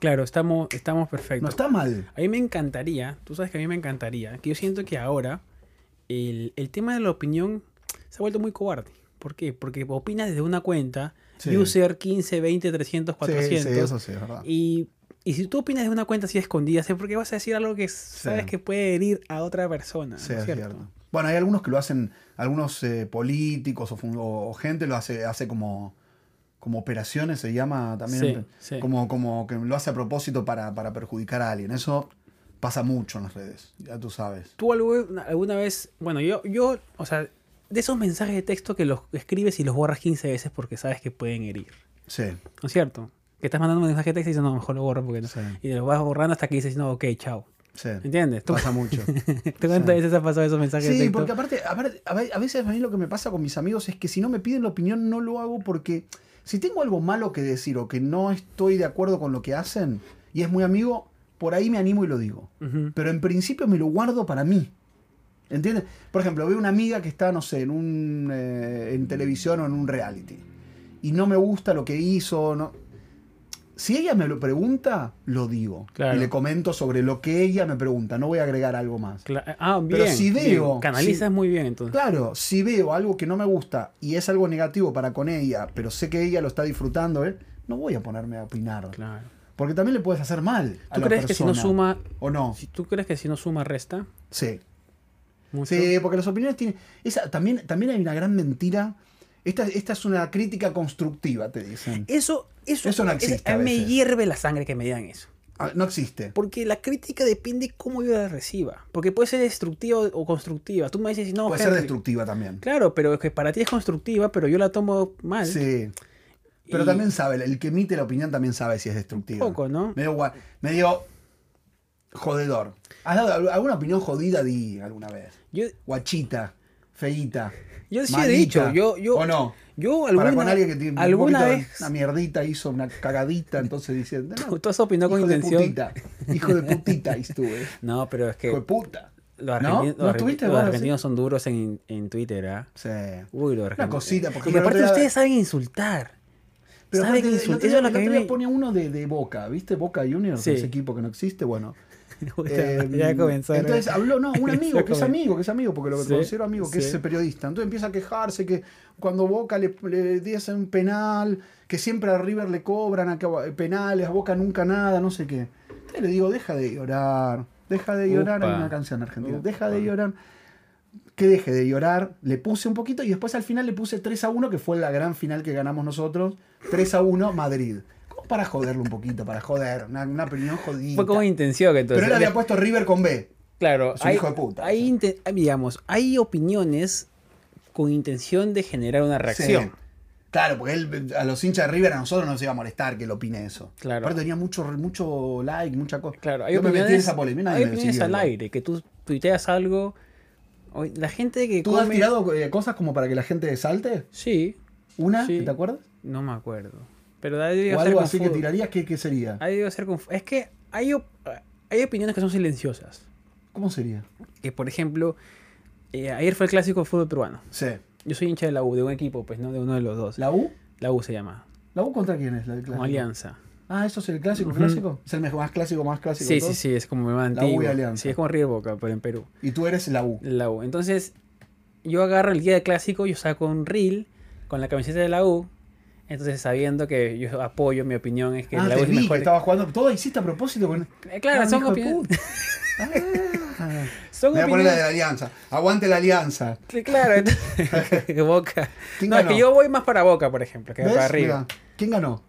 Speaker 1: Claro, estamos, estamos perfectos.
Speaker 2: No está mal.
Speaker 1: A mí me encantaría, tú sabes que a mí me encantaría, que yo siento que ahora el, el tema de la opinión se ha vuelto muy cobarde. ¿Por qué? Porque opinas desde una cuenta,
Speaker 2: Sí.
Speaker 1: user 15, 20, 300,
Speaker 2: Sí, sí,
Speaker 1: 400.
Speaker 2: eso sí, es verdad.
Speaker 1: y, y si tú opinas desde una cuenta así escondida, es porque vas a decir algo que sabes que puede herir a otra persona.
Speaker 2: Sí,
Speaker 1: ¿no
Speaker 2: es
Speaker 1: es cierto?
Speaker 2: cierto. Bueno, hay algunos que lo hacen, algunos eh, políticos o, fun- o- o gente lo hace, hace como, como operaciones, se llama también.
Speaker 1: Sí, sí.
Speaker 2: Como, como que lo hace a propósito para, para perjudicar a alguien. Eso pasa mucho en las redes, ya tú sabes.
Speaker 1: ¿Tú algo- alguna vez, bueno, yo, yo, o sea, de esos mensajes de texto que los escribes y los borras 15 veces porque sabes que pueden herir?
Speaker 2: Sí,
Speaker 1: ¿No es cierto? Que estás mandando un mensaje de texto y dices, no, mejor lo borro porque no.
Speaker 2: Sí.
Speaker 1: Y lo vas borrando hasta que dices, no, ok, chao.
Speaker 2: sí.
Speaker 1: ¿Entiendes? ¿Tú,
Speaker 2: Pasa mucho.
Speaker 1: ¿tú cuántas veces has pasado esos mensajes de
Speaker 2: Ah, Sí,
Speaker 1: texto?
Speaker 2: porque aparte, aparte, a ve- a veces a mí lo que me pasa con mis amigos es que si no me piden la opinión no lo hago porque si tengo algo malo que decir o que no estoy de acuerdo con lo que hacen y es muy amigo, por ahí me animo y lo digo.
Speaker 1: Ujú.
Speaker 2: Pero en principio me lo guardo para mí. ¿Entiendes? Por ejemplo, veo una amiga que está, no sé, en, un, eh, en televisión o en un reality y no me gusta lo que hizo. No... Si ella me lo pregunta, lo digo.
Speaker 1: Claro.
Speaker 2: Y le comento sobre lo que ella me pregunta. No voy a agregar algo más.
Speaker 1: Cla- ah, bien.
Speaker 2: Pero si
Speaker 1: bien.
Speaker 2: veo,
Speaker 1: Canalizas muy bien entonces.
Speaker 2: Claro, si veo algo que no me gusta y es algo negativo para con ella, pero sé que ella lo está disfrutando, ¿eh? no voy a ponerme a opinar.
Speaker 1: Claro.
Speaker 2: Porque también le puedes hacer mal. A
Speaker 1: ¿Tú
Speaker 2: la
Speaker 1: crees que si no
Speaker 2: persona.
Speaker 1: suma,
Speaker 2: ¿O no?
Speaker 1: si tú crees que si no suma resta?
Speaker 2: Sí.
Speaker 1: Mucho.
Speaker 2: Sí, porque las opiniones tienen. Esa, también, también hay una gran mentira. Esta, esta es una crítica constructiva, te dicen.
Speaker 1: Eso, eso,
Speaker 2: Eso no
Speaker 1: es-
Speaker 2: existe
Speaker 1: a
Speaker 2: a
Speaker 1: mí me
Speaker 2: veces.
Speaker 1: hierve la sangre que me digan eso.
Speaker 2: Ah, No existe.
Speaker 1: Porque la crítica depende cómo yo la reciba. Porque puede ser destructiva o constructiva. Tú me dices, no,
Speaker 2: Puede ser
Speaker 1: Henry.
Speaker 2: destructiva también.
Speaker 1: Claro, pero es que para ti es constructiva, pero yo la tomo mal.
Speaker 2: Sí. Pero
Speaker 1: Y-
Speaker 2: también sabe, el que emite la opinión también sabe si es destructiva.
Speaker 1: Poco, ¿no?
Speaker 2: Medio, gua- medio jodedor. ¿Has dado al- alguna opinión jodida di alguna vez?
Speaker 1: Yo,
Speaker 2: Guachita, feíta.
Speaker 1: Yo sí he
Speaker 2: malita,
Speaker 1: dicho, yo, yo,
Speaker 2: ¿O no?
Speaker 1: yo alguna,
Speaker 2: Para con alguien que tiene un
Speaker 1: alguna
Speaker 2: poquito de-
Speaker 1: vez,
Speaker 2: una mierdita hizo una cagadita, entonces dice, no,
Speaker 1: tú has opinado con
Speaker 2: hijo de
Speaker 1: intención.
Speaker 2: putita, hijo de putita ahí estuve.
Speaker 1: No, pero es
Speaker 2: Hijo de
Speaker 1: que
Speaker 2: puta.
Speaker 1: los,
Speaker 2: ¿No?
Speaker 1: argentinos-
Speaker 2: ¿No
Speaker 1: los
Speaker 2: estuviste
Speaker 1: argentinos-
Speaker 2: vos
Speaker 1: los
Speaker 2: así?
Speaker 1: argentinos son duros en, en Twitter, ¿ah?
Speaker 2: Sí.
Speaker 1: Uy, los argentinos.
Speaker 2: cosita, porque
Speaker 1: y que
Speaker 2: el otro
Speaker 1: aparte
Speaker 2: día-
Speaker 1: ustedes saben insultar.
Speaker 2: Pero
Speaker 1: saben
Speaker 2: aparte, el
Speaker 1: insultar. Eso
Speaker 2: otro día,
Speaker 1: es lo
Speaker 2: el
Speaker 1: que a mí
Speaker 2: otro día
Speaker 1: me-
Speaker 2: pone uno de, de Boca, ¿viste? Boca Juniors,
Speaker 1: Sí.
Speaker 2: ese equipo que no existe, bueno.
Speaker 1: Puta,
Speaker 2: Em,
Speaker 1: ya comenzaron.
Speaker 2: Entonces habló, no, un amigo,
Speaker 1: eh. Ya
Speaker 2: que es
Speaker 1: comenzaron.
Speaker 2: amigo, que es amigo, porque lo
Speaker 1: Sí,
Speaker 2: considero amigo, que
Speaker 1: sí.
Speaker 2: es periodista. Entonces empieza a quejarse que cuando Boca le, le diesen un penal, que siempre a River le cobran a que- penales, a Boca nunca nada, no sé qué. Entonces le digo, deja de llorar, deja de llorar,
Speaker 1: Upa.
Speaker 2: hay una canción argentina, deja de
Speaker 1: Upa.
Speaker 2: llorar. Que deje de llorar, le puse un poquito y después al final le puse 3 a 1, que fue la gran final que ganamos nosotros. 3 a 1, Madrid. Como para joderlo un poquito, para joder, una, una opinión jodida.
Speaker 1: Fue como intención que
Speaker 2: Pero
Speaker 1: entonces.
Speaker 2: él había puesto River con B.
Speaker 1: claro,
Speaker 2: es un
Speaker 1: hay,
Speaker 2: hijo de puta,
Speaker 1: hay
Speaker 2: o sea.
Speaker 1: inten- hay, digamos, hay opiniones con intención de generar una reacción.
Speaker 2: Sí. Claro, porque él, a los hinchas de River a nosotros no nos iba a molestar que él opine eso.
Speaker 1: Claro.
Speaker 2: Aparte tenía mucho, mucho like, mucha cosa.
Speaker 1: Claro, hay
Speaker 2: Yo me metí en
Speaker 1: opiniones,
Speaker 2: esa polémica. nadie
Speaker 1: hay
Speaker 2: me
Speaker 1: opiniones
Speaker 2: siguió
Speaker 1: al
Speaker 2: igual.
Speaker 1: aire, que tú tuiteas algo. o- La gente que
Speaker 2: ¿Tú has
Speaker 1: come...
Speaker 2: tirado eh, cosas como para que la gente salte?
Speaker 1: Sí,
Speaker 2: ¿Una?
Speaker 1: Sí.
Speaker 2: ¿Te acuerdas?
Speaker 1: no me acuerdo. Pero ha debido
Speaker 2: ¿O
Speaker 1: ser
Speaker 2: algo
Speaker 1: con
Speaker 2: así que
Speaker 1: fútbol.
Speaker 2: tirarías? ¿Qué, qué sería?
Speaker 1: Ha debido ser con fu- Es que hay, op- hay opiniones que son silenciosas.
Speaker 2: ¿Cómo sería?
Speaker 1: Que, por ejemplo, eh, ayer fue el clásico de fútbol peruano.
Speaker 2: Sí.
Speaker 1: Yo soy hincha de la U, de un equipo, pues, ¿no? De uno de los dos. La,
Speaker 2: ¿La U?
Speaker 1: U se llama,
Speaker 2: ¿La U contra quién es? La del
Speaker 1: como
Speaker 2: clásico?
Speaker 1: Alianza.
Speaker 2: Ah, ¿eso es el clásico
Speaker 1: Ujú.
Speaker 2: clásico? ¿Es el mejor- más clásico, más clásico? de
Speaker 1: Sí, sí,
Speaker 2: todos?
Speaker 1: sí, es como el más
Speaker 2: La U y
Speaker 1: antiguo.
Speaker 2: Alianza.
Speaker 1: Sí, es como River Boca, pero en Perú.
Speaker 2: Y tú eres la U.
Speaker 1: la U. Entonces, yo agarro el día de clásico, yo saco un reel con la camiseta de la U. Entonces, sabiendo que yo apoyo, mi opinión es que
Speaker 2: ah,
Speaker 1: la
Speaker 2: te
Speaker 1: voz es
Speaker 2: vi que
Speaker 1: mejor.
Speaker 2: estabas jugando. Todo hiciste a propósito con.
Speaker 1: Eh, Claro,
Speaker 2: Ah,
Speaker 1: son,
Speaker 2: hijo de
Speaker 1: opiniones-
Speaker 2: puta. Ah.
Speaker 1: son
Speaker 2: Me voy a poner la
Speaker 1: opiniones.
Speaker 2: de la alianza. Aguante la alianza.
Speaker 1: Sí, Claro, entonces- Boca.
Speaker 2: ¿Quién
Speaker 1: No, es
Speaker 2: ganó?
Speaker 1: que yo voy más para Boca, por ejemplo, que
Speaker 2: ¿Ves?
Speaker 1: para arriba.
Speaker 2: Mira, ¿Quién ganó?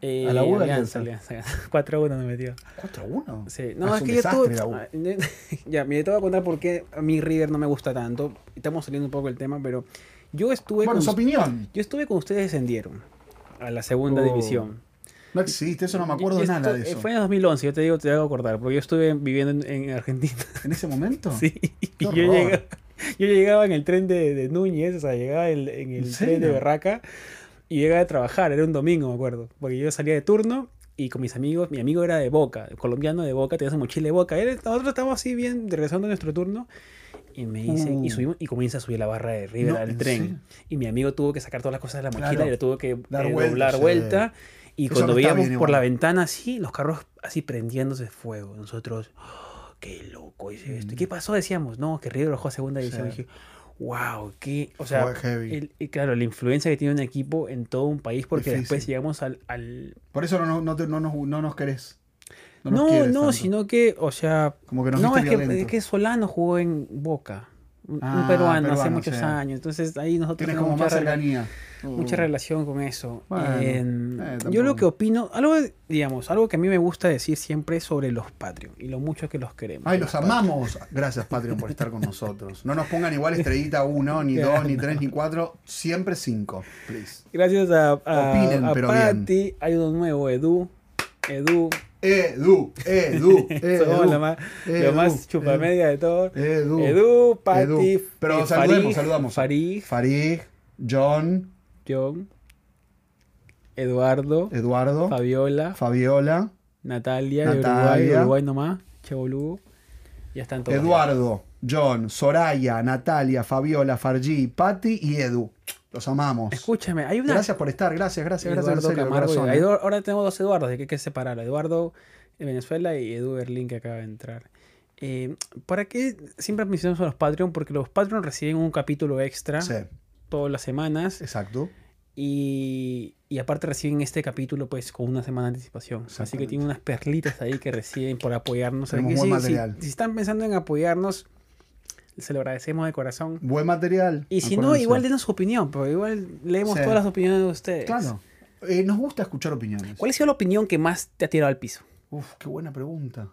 Speaker 1: Eh,
Speaker 2: ¿A la U o
Speaker 1: Alianza,
Speaker 2: Alianza?
Speaker 1: Alianza. 4-1 me metió.
Speaker 2: 4-1.
Speaker 1: Sí, no, es,
Speaker 2: un
Speaker 1: que yo tuve-
Speaker 2: desastre la U.
Speaker 1: Ah, ya, mira, te voy a contar por qué a mí River no me gusta tanto. Estamos saliendo un poco del tema, pero yo estuve
Speaker 2: Bueno,
Speaker 1: con
Speaker 2: su opinión.
Speaker 1: yo estuve con ustedes descendieron a la segunda
Speaker 2: Oh,
Speaker 1: división.
Speaker 2: No existe, eso no me acuerdo
Speaker 1: Yo- yo
Speaker 2: nada de
Speaker 1: estu-
Speaker 2: eso.
Speaker 1: Fue en el 2011, yo te digo, te hago acordar, porque yo estuve viviendo en, en Argentina.
Speaker 2: ¿En ese momento?
Speaker 1: Sí, y yo
Speaker 2: horror.
Speaker 1: llegaba, yo llegaba en el tren de, de Núñez, o sea, llegaba el- en el
Speaker 2: ¿En
Speaker 1: tren de
Speaker 2: serio?
Speaker 1: Berraca y llegaba a trabajar, era un domingo, me acuerdo, porque yo salía de turno y con mis amigos, mi amigo era de Boca, colombiano de Boca, tenía su mochila de Boca, él- nosotros estábamos así bien regresando a nuestro turno y me dice, y
Speaker 2: Uh.
Speaker 1: subimos, y comienza a subir la barra de River
Speaker 2: No,
Speaker 1: al
Speaker 2: ¿en
Speaker 1: tren
Speaker 2: serio?
Speaker 1: y mi amigo tuvo que sacar todas las cosas de la mochila
Speaker 2: Claro.
Speaker 1: y le tuvo que
Speaker 2: Dar
Speaker 1: eh,
Speaker 2: vueltas,
Speaker 1: doblar
Speaker 2: sí.
Speaker 1: vuelta y
Speaker 2: Eso
Speaker 1: cuando
Speaker 2: no está
Speaker 1: veíamos
Speaker 2: bien
Speaker 1: por la
Speaker 2: igual.
Speaker 1: ventana así, los carros así prendiéndose fuego, nosotros qué loco es esto. ¿Y qué pasó? Decíamos, no, que River bajó a segunda división.
Speaker 2: Mm. Sí.
Speaker 1: Dije, wow, qué. O sea,
Speaker 2: Fue heavy.
Speaker 1: el- y claro, la influencia que tiene un equipo en todo un país, porque
Speaker 2: Difícil.
Speaker 1: después llegamos al. al-
Speaker 2: Por eso no, no, te- no nos, no nos querés.
Speaker 1: No,
Speaker 2: nos
Speaker 1: no,
Speaker 2: quieres tanto.
Speaker 1: sino que, o sea.
Speaker 2: Como que nos
Speaker 1: no,
Speaker 2: viste
Speaker 1: es que, es
Speaker 2: violentos.
Speaker 1: que Solano jugó en Boca. Un, un
Speaker 2: Ah,
Speaker 1: peruano, hace
Speaker 2: peruano,
Speaker 1: muchos
Speaker 2: sí.
Speaker 1: años. Entonces ahí nosotros
Speaker 2: Tienes
Speaker 1: tenemos
Speaker 2: como
Speaker 1: mucha
Speaker 2: más
Speaker 1: rela-
Speaker 2: cercanía. Uh.
Speaker 1: mucha relación con eso.
Speaker 2: Bueno,
Speaker 1: En-
Speaker 2: eh,
Speaker 1: yo
Speaker 2: tampoco.
Speaker 1: lo que opino, algo, digamos, algo que a mí me gusta decir siempre es sobre los Patreon y lo mucho que los queremos.
Speaker 2: Ay,
Speaker 1: Los
Speaker 2: los
Speaker 1: Patreon.
Speaker 2: amamos. Gracias, Patreon, por estar con nosotros. No nos pongan igual estrellita 1, ni 2, ni 3, ni 4. Siempre 5, please.
Speaker 1: Gracias a, a,
Speaker 2: Opinen,
Speaker 1: a
Speaker 2: pero bien.
Speaker 1: Patti, hay uno nuevo, Edu. Edu,
Speaker 2: Edu, Edu, Eh, Edu.
Speaker 1: somos lo más, lo
Speaker 2: Edu,
Speaker 1: más chupamedia de todos.
Speaker 2: Edu.
Speaker 1: Edu, Patti,
Speaker 2: Edu. Pero
Speaker 1: eh,
Speaker 2: saludemos,
Speaker 1: Farid,
Speaker 2: saludamos.
Speaker 1: Farid,
Speaker 2: Farid, John,
Speaker 1: John, Eduardo,
Speaker 2: Eduardo,
Speaker 1: Fabiola,
Speaker 2: Fabiola,
Speaker 1: Natalia, de Uruguay,
Speaker 2: Natalia.
Speaker 1: de Uruguay nomás, Chebolugo. Ya están todos.
Speaker 2: Eduardo, John, Soraya, Natalia, Fabiola, Fargi, Patti y Edu. Los amamos.
Speaker 1: Escúchame, hay una.
Speaker 2: Gracias por estar, gracias, gracias, gracias. en
Speaker 1: Eduardo
Speaker 2: serio, de
Speaker 1: Camargo.
Speaker 2: corazón,
Speaker 1: y-
Speaker 2: ¿eh?
Speaker 1: Edu- ahora tenemos dos Eduardos, de que hay que separarlo. Eduardo de Venezuela y Edu Berlín que acaba de entrar. Eh, ¿Para qué siempre mencionamos a los Patreon? Porque los Patreon reciben un capítulo extra
Speaker 2: Sí,
Speaker 1: todas las semanas
Speaker 2: exacto.
Speaker 1: y, y aparte reciben este capítulo pues con una semana de anticipación. Así que
Speaker 2: Exactamente.
Speaker 1: tienen unas perlitas ahí que reciben por apoyarnos. Así
Speaker 2: Tenemos
Speaker 1: que
Speaker 2: buen
Speaker 1: si- si-
Speaker 2: material.
Speaker 1: si están pensando en apoyarnos, se lo agradecemos de corazón.
Speaker 2: Buen material.
Speaker 1: Y si no,
Speaker 2: acuérdense.
Speaker 1: igual denos su opinión, pero igual leemos
Speaker 2: Sí.
Speaker 1: todas las opiniones de ustedes.
Speaker 2: Claro. Eh, nos gusta escuchar opiniones.
Speaker 1: ¿Cuál ha sido la opinión que más te ha tirado al piso?
Speaker 2: Uf, qué buena pregunta.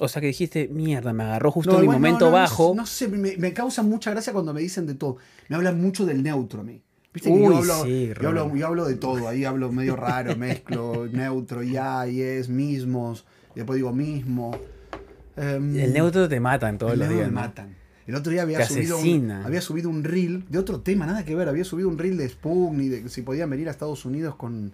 Speaker 1: O sea, que dijiste, mierda, me agarró justo
Speaker 2: No,
Speaker 1: en mi
Speaker 2: igual no,
Speaker 1: momento
Speaker 2: no, no,
Speaker 1: bajo.
Speaker 2: No, sé, me, me causa mucha gracia cuando me dicen de todo. Me hablan mucho del neutro a mí. Viste que
Speaker 1: Uy,
Speaker 2: yo, hablo,
Speaker 1: sí,
Speaker 2: yo, hablo,
Speaker 1: Ron.
Speaker 2: yo hablo de todo, ahí hablo medio raro, mezclo neutro, ya, yes, mismos, y después digo mismo. Em,
Speaker 1: El neutro te matan todos
Speaker 2: el
Speaker 1: los
Speaker 2: neutro
Speaker 1: días.
Speaker 2: me
Speaker 1: ¿no?
Speaker 2: matan. El otro día había
Speaker 1: Te
Speaker 2: subido, un,
Speaker 1: asesinan.
Speaker 2: había subido un reel de otro tema, nada que ver. Había subido un reel de Sputnik, y de si podían venir a Estados Unidos con,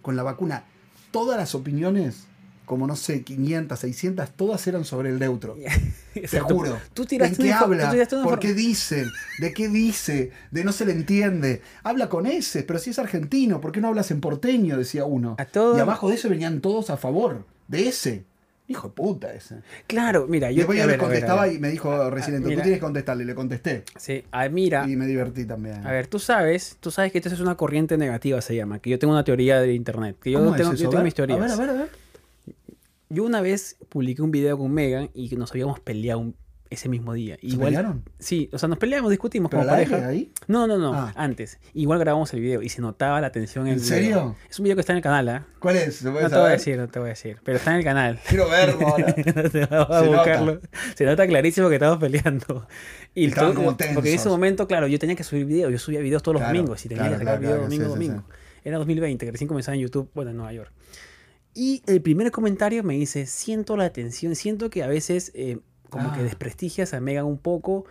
Speaker 2: con la vacuna. Todas las opiniones, como no sé, 500, 600, todas eran sobre el neutro.
Speaker 1: O
Speaker 2: Te
Speaker 1: sea, tú-
Speaker 2: juro.
Speaker 1: Tú tiraste
Speaker 2: ¿De qué
Speaker 1: una info-
Speaker 2: habla?
Speaker 1: tú tiraste una infor-
Speaker 2: ¿Por qué dicen? ¿De qué dice? ¿De no se le entiende? Habla con ese, pero si es argentino, ¿por qué no hablas en porteño? Decía uno.
Speaker 1: A todo-
Speaker 2: Y abajo de ese venían todos a favor. De ese. Hijo de puta ese.
Speaker 1: Claro, mira,
Speaker 2: Y
Speaker 1: yo
Speaker 2: después
Speaker 1: a
Speaker 2: yo le
Speaker 1: ver, a ver, a
Speaker 2: contestaba
Speaker 1: ver. Ah,
Speaker 2: y me dijo recién, tú
Speaker 1: mira.
Speaker 2: tienes que contestarle. Le contesté.
Speaker 1: Sí, ah, mira,
Speaker 2: Y me divertí también.
Speaker 1: a ver, tú sabes, tú sabes que esto es una corriente negativa, se llama, que yo tengo una teoría de internet, que yo
Speaker 2: ¿Cómo
Speaker 1: no
Speaker 2: es
Speaker 1: tengo,
Speaker 2: eso?
Speaker 1: yo
Speaker 2: A
Speaker 1: tengo
Speaker 2: ver,
Speaker 1: mis teorías.
Speaker 2: A ver, a ver, a ver.
Speaker 1: Yo una vez publiqué un video con Megan y que nos habíamos peleado un- ese mismo día. Igual,
Speaker 2: pelearon?
Speaker 1: Sí, o sea, nos peleamos, discutimos
Speaker 2: ¿Pero
Speaker 1: como
Speaker 2: al aire,
Speaker 1: pareja.
Speaker 2: ahí?
Speaker 1: No, no, no,
Speaker 2: Ah.
Speaker 1: antes. Igual grabamos el video y se notaba la tensión en
Speaker 2: ¿En
Speaker 1: el video.
Speaker 2: serio?
Speaker 1: Es un video que está en el canal, ¿ah?
Speaker 2: ¿Cuál es? ¿Se puede
Speaker 1: No te voy a
Speaker 2: saber?
Speaker 1: decir, no te voy a decir. Pero está en el canal.
Speaker 2: Quiero verlo ahora.
Speaker 1: No te vas a
Speaker 2: Se
Speaker 1: buscarlo. Se nota clarísimo que estamos peleando. Y
Speaker 2: Estaban
Speaker 1: todo-
Speaker 2: como
Speaker 1: Porque en ese
Speaker 2: tensos.
Speaker 1: momento, claro, yo tenía que subir videos. Yo subía videos todos los
Speaker 2: Claro,
Speaker 1: domingos y tenía
Speaker 2: claro,
Speaker 1: que sacar
Speaker 2: claro,
Speaker 1: video
Speaker 2: claro,
Speaker 1: domingo,
Speaker 2: sí, sí,
Speaker 1: domingo. Era 2020, que recién comenzaba en YouTube, bueno, en Nueva York. Y el primer comentario me dice, siento la tensión, siento que a veces eh, como
Speaker 2: Ah.
Speaker 1: que desprestigias a Megan un poco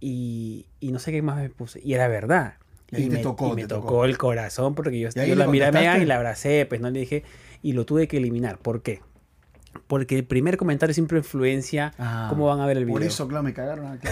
Speaker 1: y, y no sé qué más me puse. Y era verdad.
Speaker 2: Y ahí te
Speaker 1: me,
Speaker 2: tocó,
Speaker 1: me
Speaker 2: te
Speaker 1: tocó,
Speaker 2: tocó.
Speaker 1: el corazón porque yo,
Speaker 2: ¿Y ahí
Speaker 1: yo
Speaker 2: le
Speaker 1: la miré a Megan
Speaker 2: contestaste?
Speaker 1: y la abracé, pues no le dije, y lo tuve que eliminar. ¿Por qué? Porque el primer comentario siempre influencia
Speaker 2: Ah,
Speaker 1: cómo van a ver el video.
Speaker 2: Por eso, claro, me cagaron acá.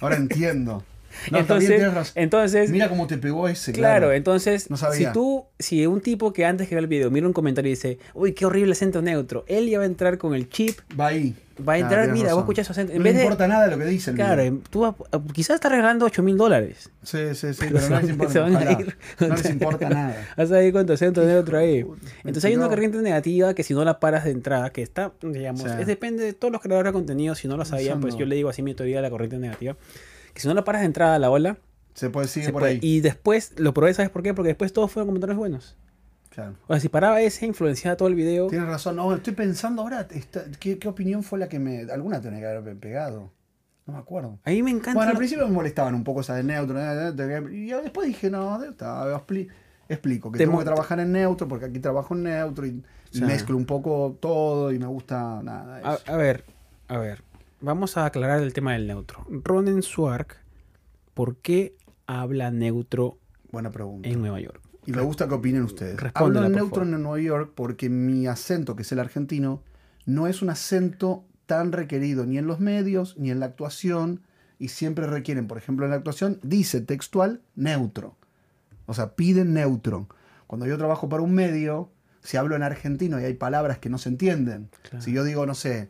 Speaker 2: Ahora entiendo. No, también
Speaker 1: entonces,
Speaker 2: tienes razón.
Speaker 1: entonces
Speaker 2: Mira cómo te pegó ese,
Speaker 1: claro,
Speaker 2: claro.
Speaker 1: entonces,
Speaker 2: No
Speaker 1: si
Speaker 2: sabía.
Speaker 1: tú, si un tipo que antes que ve el video mira un comentario y dice, uy, qué horrible acento neutro, él ya va a entrar con el chip
Speaker 2: Va ahí.
Speaker 1: Va a
Speaker 2: Claro,
Speaker 1: entrar,
Speaker 2: tienes
Speaker 1: mira, vos
Speaker 2: razón.
Speaker 1: escuchás su acento. En
Speaker 2: No le
Speaker 1: vez de-
Speaker 2: importa nada lo que dicen.
Speaker 1: Claro,
Speaker 2: digo.
Speaker 1: en- tú vas- quizás estás regalando 8 mil dólares.
Speaker 2: Sí, sí, sí,
Speaker 1: pero
Speaker 2: pero
Speaker 1: se
Speaker 2: no les
Speaker 1: van- se
Speaker 2: importa.
Speaker 1: van a
Speaker 2: ojalá.
Speaker 1: ir.
Speaker 2: No les importa nada.
Speaker 1: Vas a ver cuánto acento tener otro ahí.
Speaker 2: puta, me
Speaker 1: Entonces hay una
Speaker 2: tiró.
Speaker 1: corriente negativa que si no la paras de entrada, que está, digamos,
Speaker 2: Sí.
Speaker 1: es depende de todos los creadores de contenido, si no lo sabían, pues
Speaker 2: no.
Speaker 1: yo le digo así mi teoría de la corriente negativa, que si no la paras de entrada a la ola,
Speaker 2: Se puede seguir
Speaker 1: se
Speaker 2: por
Speaker 1: puede-
Speaker 2: ahí.
Speaker 1: y después lo probé, ¿sabes por qué? Porque después todos fueron comentarios buenos.
Speaker 2: Claro.
Speaker 1: O sea, si paraba ese, influenciaba todo el video.
Speaker 2: Tienes razón. No, estoy pensando ahora, esta- ¿qué, qué opinión fue la que me. Alguna tenía que haber pe- pegado. No me acuerdo.
Speaker 1: A mí me encanta...
Speaker 2: Bueno, al
Speaker 1: lo-
Speaker 2: principio me molestaban un poco esas de neutro. eh, eh, Y yo después dije, no, de- ta, expli- explico que
Speaker 1: Te
Speaker 2: tengo
Speaker 1: mo-
Speaker 2: que trabajar en neutro porque aquí trabajo en neutro y y
Speaker 1: Sí. Ah.
Speaker 2: mezclo un poco todo y me gusta nada.
Speaker 1: A,
Speaker 2: eso.
Speaker 1: a ver, a ver. Vamos a aclarar el tema del neutro. Ronen Swark, ¿por qué habla neutro
Speaker 2: Buena pregunta.
Speaker 1: en Nueva York?
Speaker 2: Y me gusta que opinen ustedes.
Speaker 1: Respóndela,
Speaker 2: Hablo en
Speaker 1: por
Speaker 2: neutro en Nueva York porque mi acento, que es el argentino, no es un acento tan requerido ni en los medios ni en la actuación. Y siempre requieren, por ejemplo, en la actuación, dice textual neutro. O sea, piden neutro. Cuando yo trabajo para un medio, si hablo en argentino y hay palabras que no se entienden,
Speaker 1: Claro.
Speaker 2: si yo digo, no sé,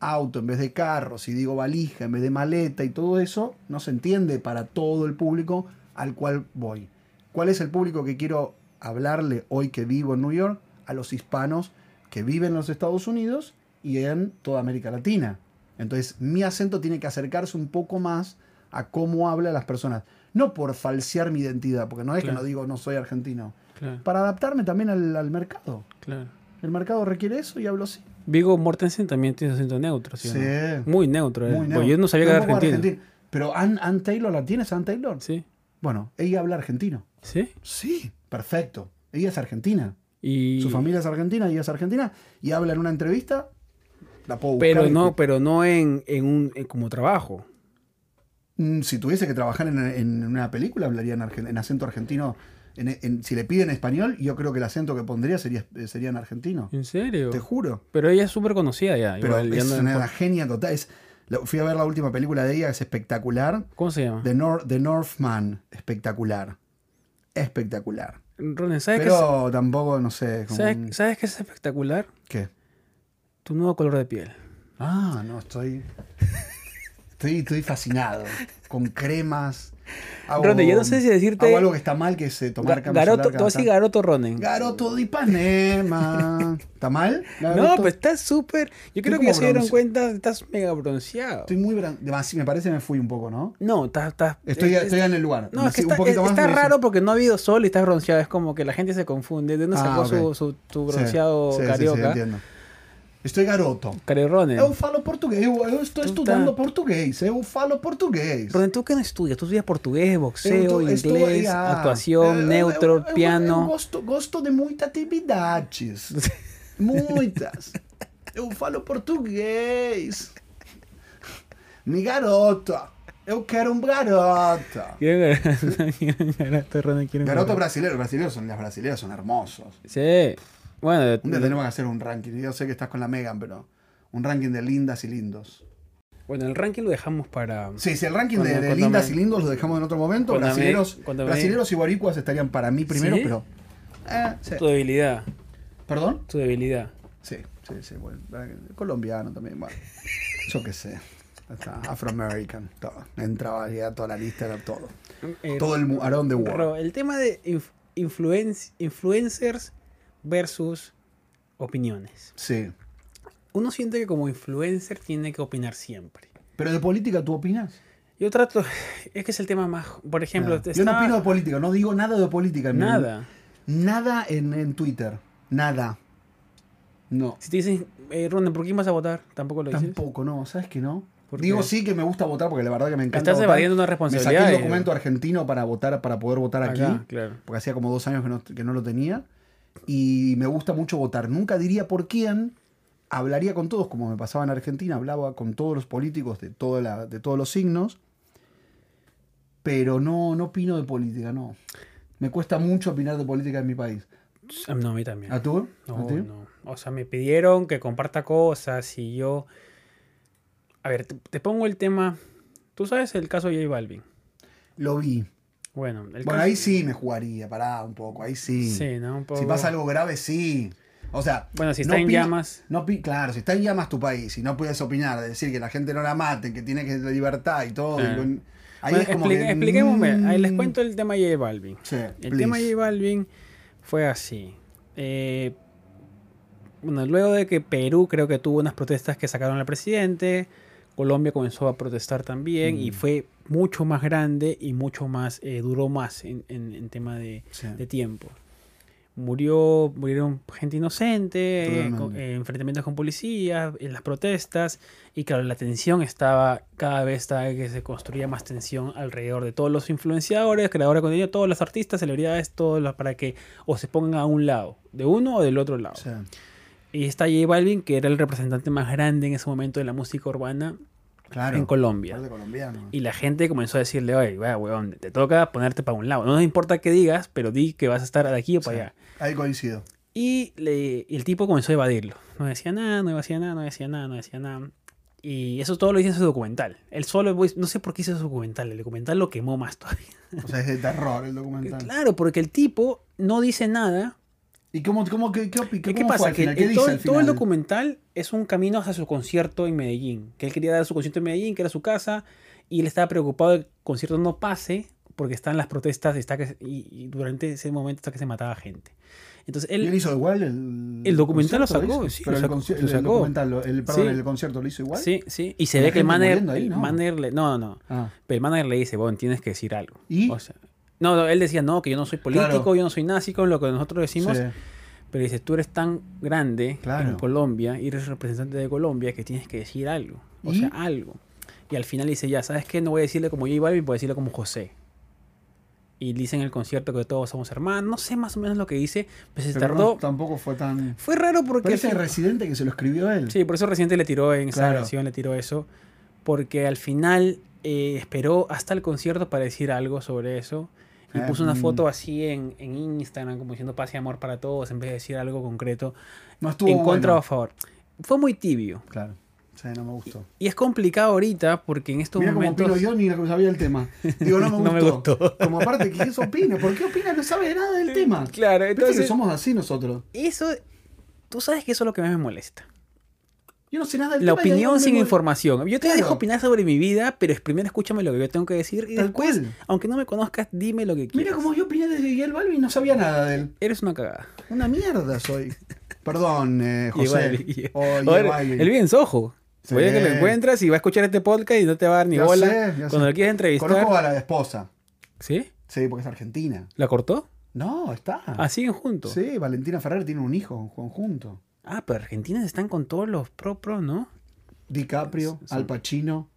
Speaker 2: auto en vez de carro, si digo valija en vez de maleta y todo eso, no se entiende para todo el público al cual voy. ¿Cuál es el público que quiero hablarle hoy que vivo en New York? A los hispanos que viven en los Estados Unidos y en toda América Latina. Entonces, mi acento tiene que acercarse un poco más a cómo hablan las personas. No por falsear mi identidad, porque no es
Speaker 1: Claro.
Speaker 2: que no digo no soy argentino.
Speaker 1: Claro,
Speaker 2: Para adaptarme también al, al mercado.
Speaker 1: claro.
Speaker 2: El mercado requiere eso y hablo así.
Speaker 1: Vigo Mortensen también tiene su acento neutro, ¿sí? o no?
Speaker 2: Sí.
Speaker 1: Muy neutro, él.
Speaker 2: Muy
Speaker 1: Porque
Speaker 2: neo.
Speaker 1: Yo no sabía que era
Speaker 2: Tampoco
Speaker 1: argentino.
Speaker 2: Pero Ann, Ann Taylor, ¿la tienes, Ann Taylor?
Speaker 1: Sí,
Speaker 2: Bueno, ella habla argentino.
Speaker 1: sí.
Speaker 2: Sí. Perfecto. Ella es argentina.
Speaker 1: Y...
Speaker 2: Su familia es argentina, ella es argentina. Y habla en una entrevista, la puedo buscar.
Speaker 1: Pero
Speaker 2: y-
Speaker 1: no, pero no en, en un en- como trabajo.
Speaker 2: Mm, Si tuviese que trabajar en, en una película, hablaría en, argen- en acento argentino. En- en- si le piden español, yo creo que el acento que pondría sería, eh, sería en argentino.
Speaker 1: ¿En serio?
Speaker 2: Te juro.
Speaker 1: Pero ella es súper conocida ya.
Speaker 2: Pero
Speaker 1: igual, ya
Speaker 2: es
Speaker 1: no-
Speaker 2: una genia total. Es- la- fui a ver la última película de ella, es espectacular.
Speaker 1: ¿Cómo se llama?
Speaker 2: The, Nor- The Northman, espectacular. Espectacular.
Speaker 1: Ronen, ¿sabes, qué es-
Speaker 2: Pero tampoco, no sé. como
Speaker 1: sabes-
Speaker 2: un-
Speaker 1: sabes qué es espectacular?
Speaker 2: ¿Qué?
Speaker 1: Tu nuevo color de piel.
Speaker 2: Ah, no, estoy. Estoy, estoy fascinado. Con cremas. Hago-
Speaker 1: Ronde, yo no sé si decirte-
Speaker 2: Hago algo que está mal, que es eh, tomar
Speaker 1: Ga-
Speaker 2: crema
Speaker 1: Garoto,
Speaker 2: solar
Speaker 1: tú
Speaker 2: cada
Speaker 1: así
Speaker 2: tanto.
Speaker 1: Garoto Ronen.
Speaker 2: Garoto de Ipanema. ¿Está mal?
Speaker 1: No, pues-
Speaker 2: Garoto?
Speaker 1: pero estás súper. Yo creo que
Speaker 2: como
Speaker 1: ya se dieron
Speaker 2: bronce.
Speaker 1: cuenta, estás mega bronceado.
Speaker 2: Estoy muy. bran- demasi- Me parece que me fui un poco, ¿no?
Speaker 1: No, estás. estás-
Speaker 2: Estoy,
Speaker 1: es-
Speaker 2: estoy en el lugar.
Speaker 1: No,
Speaker 2: Me
Speaker 1: es que
Speaker 2: sigo
Speaker 1: está, es-
Speaker 2: más,
Speaker 1: está
Speaker 2: me-
Speaker 1: raro porque no ha habido sol y estás bronceado. Es como que la gente se confunde. ¿De dónde
Speaker 2: Ah,
Speaker 1: sacó su,
Speaker 2: ok.
Speaker 1: su, su
Speaker 2: Sí,
Speaker 1: bronceado
Speaker 2: sí, sí, sí,
Speaker 1: carioca?
Speaker 2: entiendo. Estoy garoto.
Speaker 1: Careronen.
Speaker 2: Eu falo portugués, eu, eu estou
Speaker 1: Tú
Speaker 2: estudando
Speaker 1: tá-
Speaker 2: portugués, eu falo portugués.
Speaker 1: Ronen, ¿tú qué no estudias? Tú estudias portugués,
Speaker 2: Eu
Speaker 1: boxeo,
Speaker 2: tô-
Speaker 1: inglés,
Speaker 2: estou- ah,
Speaker 1: actuación,
Speaker 2: eu- eu-
Speaker 1: neutro,
Speaker 2: eu- eu- Eu,
Speaker 1: piano.
Speaker 2: gosto, gosto de muitas atividades. muitas. Eu falo português. Me garota. Eu quero um garota.
Speaker 1: Quieren garoto, Ronen, quieren
Speaker 2: Garoto
Speaker 1: garoto.
Speaker 2: brasileiro, brasileiro son, las brasileiras son hermosos.
Speaker 1: Sí. Bueno, de-
Speaker 2: Un día tenemos que hacer un ranking. Yo sé que estás con la Megan, pero un ranking de lindas y lindos.
Speaker 1: bueno, el ranking lo dejamos para.
Speaker 2: Sí, si el ranking
Speaker 1: Cuando-
Speaker 2: de, de
Speaker 1: cuando
Speaker 2: lindas
Speaker 1: me-
Speaker 2: y lindos lo dejamos en otro momento,
Speaker 1: Cuando me-
Speaker 2: brasileros,
Speaker 1: cuando me-
Speaker 2: brasileros y boricuas estarían para mí primero,
Speaker 1: ¿Sí?
Speaker 2: pero... eh, sí.
Speaker 1: Tu debilidad.
Speaker 2: ¿Perdón?
Speaker 1: Tu debilidad.
Speaker 2: Sí, sí, sí. Bueno, eh, colombiano también, bueno. Yo qué sé. Está, Afroamerican, todo. Entraba ya toda la lista, era todo.
Speaker 1: Eh,
Speaker 2: Todo el mu- around the world.
Speaker 1: Ro, el tema de inf- influen- influencers versus opiniones.
Speaker 2: Sí.
Speaker 1: Uno siente que como influencer tiene que opinar siempre.
Speaker 2: Pero de política, ¿tú opinas?
Speaker 1: Yo trato, es que es el tema más, por ejemplo,
Speaker 2: Nada. Yo no
Speaker 1: estaba-
Speaker 2: opino de política, no digo nada de política. en mi-
Speaker 1: nada.
Speaker 2: Nada en, en Twitter. Nada. No.
Speaker 1: Si te dicen, eh, Ronen, ¿por quién vas a votar? Tampoco lo dices.
Speaker 2: Tampoco, no. ¿Sabes que no?
Speaker 1: ¿Por
Speaker 2: Digo
Speaker 1: qué?
Speaker 2: sí que me gusta votar porque la verdad que me encanta.
Speaker 1: Estás
Speaker 2: votar.
Speaker 1: evadiendo una
Speaker 2: Me
Speaker 1: responsabilidad.
Speaker 2: saqué
Speaker 1: eh,
Speaker 2: el documento argentino para votar, para poder votar aquí.
Speaker 1: acá, claro.
Speaker 2: Porque hacía como dos años que no, que no lo tenía. Y me gusta mucho votar. Nunca diría por quién. Hablaría con todos, como me pasaba en Argentina. Hablaba con todos los políticos de, toda la- de todos los signos. Pero no, no opino de política, no. Me cuesta mucho opinar de política en mi país.
Speaker 1: Ah, No, a mí también.
Speaker 2: ¿A tú?
Speaker 1: No,
Speaker 2: ¿A ti?
Speaker 1: no. O sea, me pidieron que comparta cosas y yo... A ver, te, te pongo el tema... Tú sabes el caso de J Balvin.
Speaker 2: Lo vi.
Speaker 1: Bueno, el
Speaker 2: Bueno,
Speaker 1: caso-
Speaker 2: ahí sí me jugaría, pará un poco, ahí sí.
Speaker 1: Sí, ¿no? Un poco...
Speaker 2: Si pasa algo grave, sí. O sea,
Speaker 1: Bueno, si está en
Speaker 2: opina-
Speaker 1: llamas.
Speaker 2: No, pi- claro, si está en llamas tu país y no puedes opinar, de decir que la gente no la maten, que tiene que la libertad y todo.
Speaker 1: Claro.
Speaker 2: y- ahí
Speaker 1: Bueno,
Speaker 2: es como
Speaker 1: expli-
Speaker 2: que,
Speaker 1: expliquemos, ve, ahí les
Speaker 2: mm,
Speaker 1: cuento el tema de J Balvin.
Speaker 2: sí,
Speaker 1: El
Speaker 2: please.
Speaker 1: tema de J Balvin fue así. Eh, bueno, luego de que Perú creo que tuvo unas protestas que sacaron al presidente, Colombia comenzó a protestar también y
Speaker 2: Mm.
Speaker 1: fue mucho más grande y mucho más, eh, duró más en, en- en tema de,
Speaker 2: Sí.
Speaker 1: de tiempo. Murió, murieron gente inocente, eh, con-
Speaker 2: Totalmente.
Speaker 1: eh, enfrentamientos con policías, en las protestas, y claro, la tensión estaba, cada vez estaba que se construía más tensión alrededor de todos los influenciadores, creadores de contenido, todos los artistas, celebridades, todos los, para que o se pongan a un lado, de uno o del otro lado.
Speaker 2: Sí.
Speaker 1: Y está J Balvin, que era el representante más grande en ese momento de la música urbana
Speaker 2: Claro.
Speaker 1: en Colombia.
Speaker 2: Aparte colombiano.
Speaker 1: Y la gente comenzó a decirle, oye, vaya, huevón, te toca ponerte para un lado. No nos importa qué digas, pero di que vas a estar de aquí o para
Speaker 2: Sí.
Speaker 1: allá.
Speaker 2: Ahí coincido.
Speaker 1: Y, le- y el tipo comenzó a evadirlo. No decía nada, no decía nada, no decía nada, no decía nada. Y eso todo lo hizo en su documental. Él solo, pues, no sé por qué hizo su documental. El documental lo quemó más todavía.
Speaker 2: O sea, es de terror el documental.
Speaker 1: Claro, porque el tipo no dice nada.
Speaker 2: ¿Y cómo, cómo, qué, qué, opi-
Speaker 1: ¿Qué,
Speaker 2: cómo fue
Speaker 1: pasa?
Speaker 2: al
Speaker 1: Que
Speaker 2: final?
Speaker 1: el-
Speaker 2: ¿Qué
Speaker 1: el-
Speaker 2: dice
Speaker 1: todo,
Speaker 2: al
Speaker 1: todo el
Speaker 2: final?
Speaker 1: documental es un camino hacia su concierto en Medellín. Que él quería dar su concierto en Medellín, que era su casa. Y él estaba preocupado de que el concierto no pase porque están las protestas y, está que- y- y durante ese momento hasta que se mataba gente. Entonces
Speaker 2: ¿Y
Speaker 1: él,
Speaker 2: él hizo igual el.
Speaker 1: El documental lo
Speaker 2: concierto,
Speaker 1: sacó,
Speaker 2: hizo?
Speaker 1: sí,
Speaker 2: Pero
Speaker 1: lo
Speaker 2: el
Speaker 1: sacó,
Speaker 2: conci-
Speaker 1: lo
Speaker 2: el
Speaker 1: sacó.
Speaker 2: documental, el, perdón,
Speaker 1: Sí.
Speaker 2: el concierto lo hizo igual.
Speaker 1: Sí, sí. Y se
Speaker 2: Y la
Speaker 1: ve que el
Speaker 2: gente
Speaker 1: manager,
Speaker 2: muriendo ahí,
Speaker 1: el
Speaker 2: ¿no?
Speaker 1: manager le- no, no, no.
Speaker 2: Ah,
Speaker 1: Pero el manager le dice, bueno, tienes que decir algo.
Speaker 2: ¿Y?
Speaker 1: O sea, no, no, él decía, no, que yo no soy político,
Speaker 2: Claro.
Speaker 1: yo no soy nazi con lo que nosotros decimos.
Speaker 2: sí.
Speaker 1: Pero dice, tú eres tan grande
Speaker 2: Claro.
Speaker 1: en Colombia y eres representante de Colombia que tienes que decir algo. O
Speaker 2: ¿Y?
Speaker 1: sea, algo. Y al final dice, ya, ¿sabes qué? No voy a decirle como J Balvin, voy a decirle como José. Y dice en el concierto que todos somos hermanos. No sé más o menos lo que dice. Pues se
Speaker 2: Pero
Speaker 1: tardó.
Speaker 2: no, tampoco fue tan.
Speaker 1: Fue raro porque...
Speaker 2: Pero ese residente que se lo escribió él.
Speaker 1: Sí, por eso reciente le tiró en esa
Speaker 2: Claro.
Speaker 1: grabación, le tiró eso. Porque al final eh, esperó hasta el concierto para decir algo sobre eso. Y
Speaker 2: Ah,
Speaker 1: puso una
Speaker 2: mm.
Speaker 1: foto así en, en Instagram, como diciendo paz y amor para todos, en vez de decir algo concreto.
Speaker 2: No estuvo.
Speaker 1: en contra o a
Speaker 2: bueno.
Speaker 1: favor. Fue muy tibio.
Speaker 2: Claro. Sí, no me gustó.
Speaker 1: Y es complicado ahorita porque en estos
Speaker 2: Mira cómo
Speaker 1: momentos.
Speaker 2: opino yo ni lo que sabía el tema. Digo, no me
Speaker 1: No
Speaker 2: gustó.
Speaker 1: me gustó.
Speaker 2: Como aparte, que eso opina? ¿Por qué opina? No sabe nada del tema. Viste
Speaker 1: Claro,
Speaker 2: que
Speaker 1: entonces.
Speaker 2: somos así nosotros.
Speaker 1: Eso. Tú sabes que eso es lo que más me molesta.
Speaker 2: Yo no sé nada del
Speaker 1: La
Speaker 2: tema. y ahí
Speaker 1: opinión
Speaker 2: no
Speaker 1: sin
Speaker 2: me-
Speaker 1: información. Yo te
Speaker 2: Claro.
Speaker 1: dejo opinar sobre mi vida, pero primero escúchame lo que yo tengo que decir. Y
Speaker 2: Tal
Speaker 1: después,
Speaker 2: cual.
Speaker 1: aungue no me conozcas, dime lo que quieras.
Speaker 2: Mira cómo yo opiné de Miguel Balbi y no sabía nada de él.
Speaker 1: Eres una cagada.
Speaker 2: Una mierda soy. Perdón, eh, José.
Speaker 1: Igual,
Speaker 2: O
Speaker 1: Oye,
Speaker 2: Igual.
Speaker 1: él vive en Soho.
Speaker 2: Sí.
Speaker 1: Oye, que lo encuentras y va a escuchar este podcast y no te va a dar ni
Speaker 2: Ya
Speaker 1: bola.
Speaker 2: sé, ya
Speaker 1: Cuando
Speaker 2: sé.
Speaker 1: lo quieras entrevistar.
Speaker 2: Conozco a la esposa.
Speaker 1: ¿Sí?
Speaker 2: Sí, porque es argentina.
Speaker 1: ¿La cortó?
Speaker 2: No, está.
Speaker 1: Ah, siguen juntos.
Speaker 2: Sí, Valentina Ferrer tiene un hijo conjunto.
Speaker 1: Ah, pero Argentinas están con todos los pro pro, ¿no?
Speaker 2: DiCaprio,
Speaker 1: Sí.
Speaker 2: Al Pacino,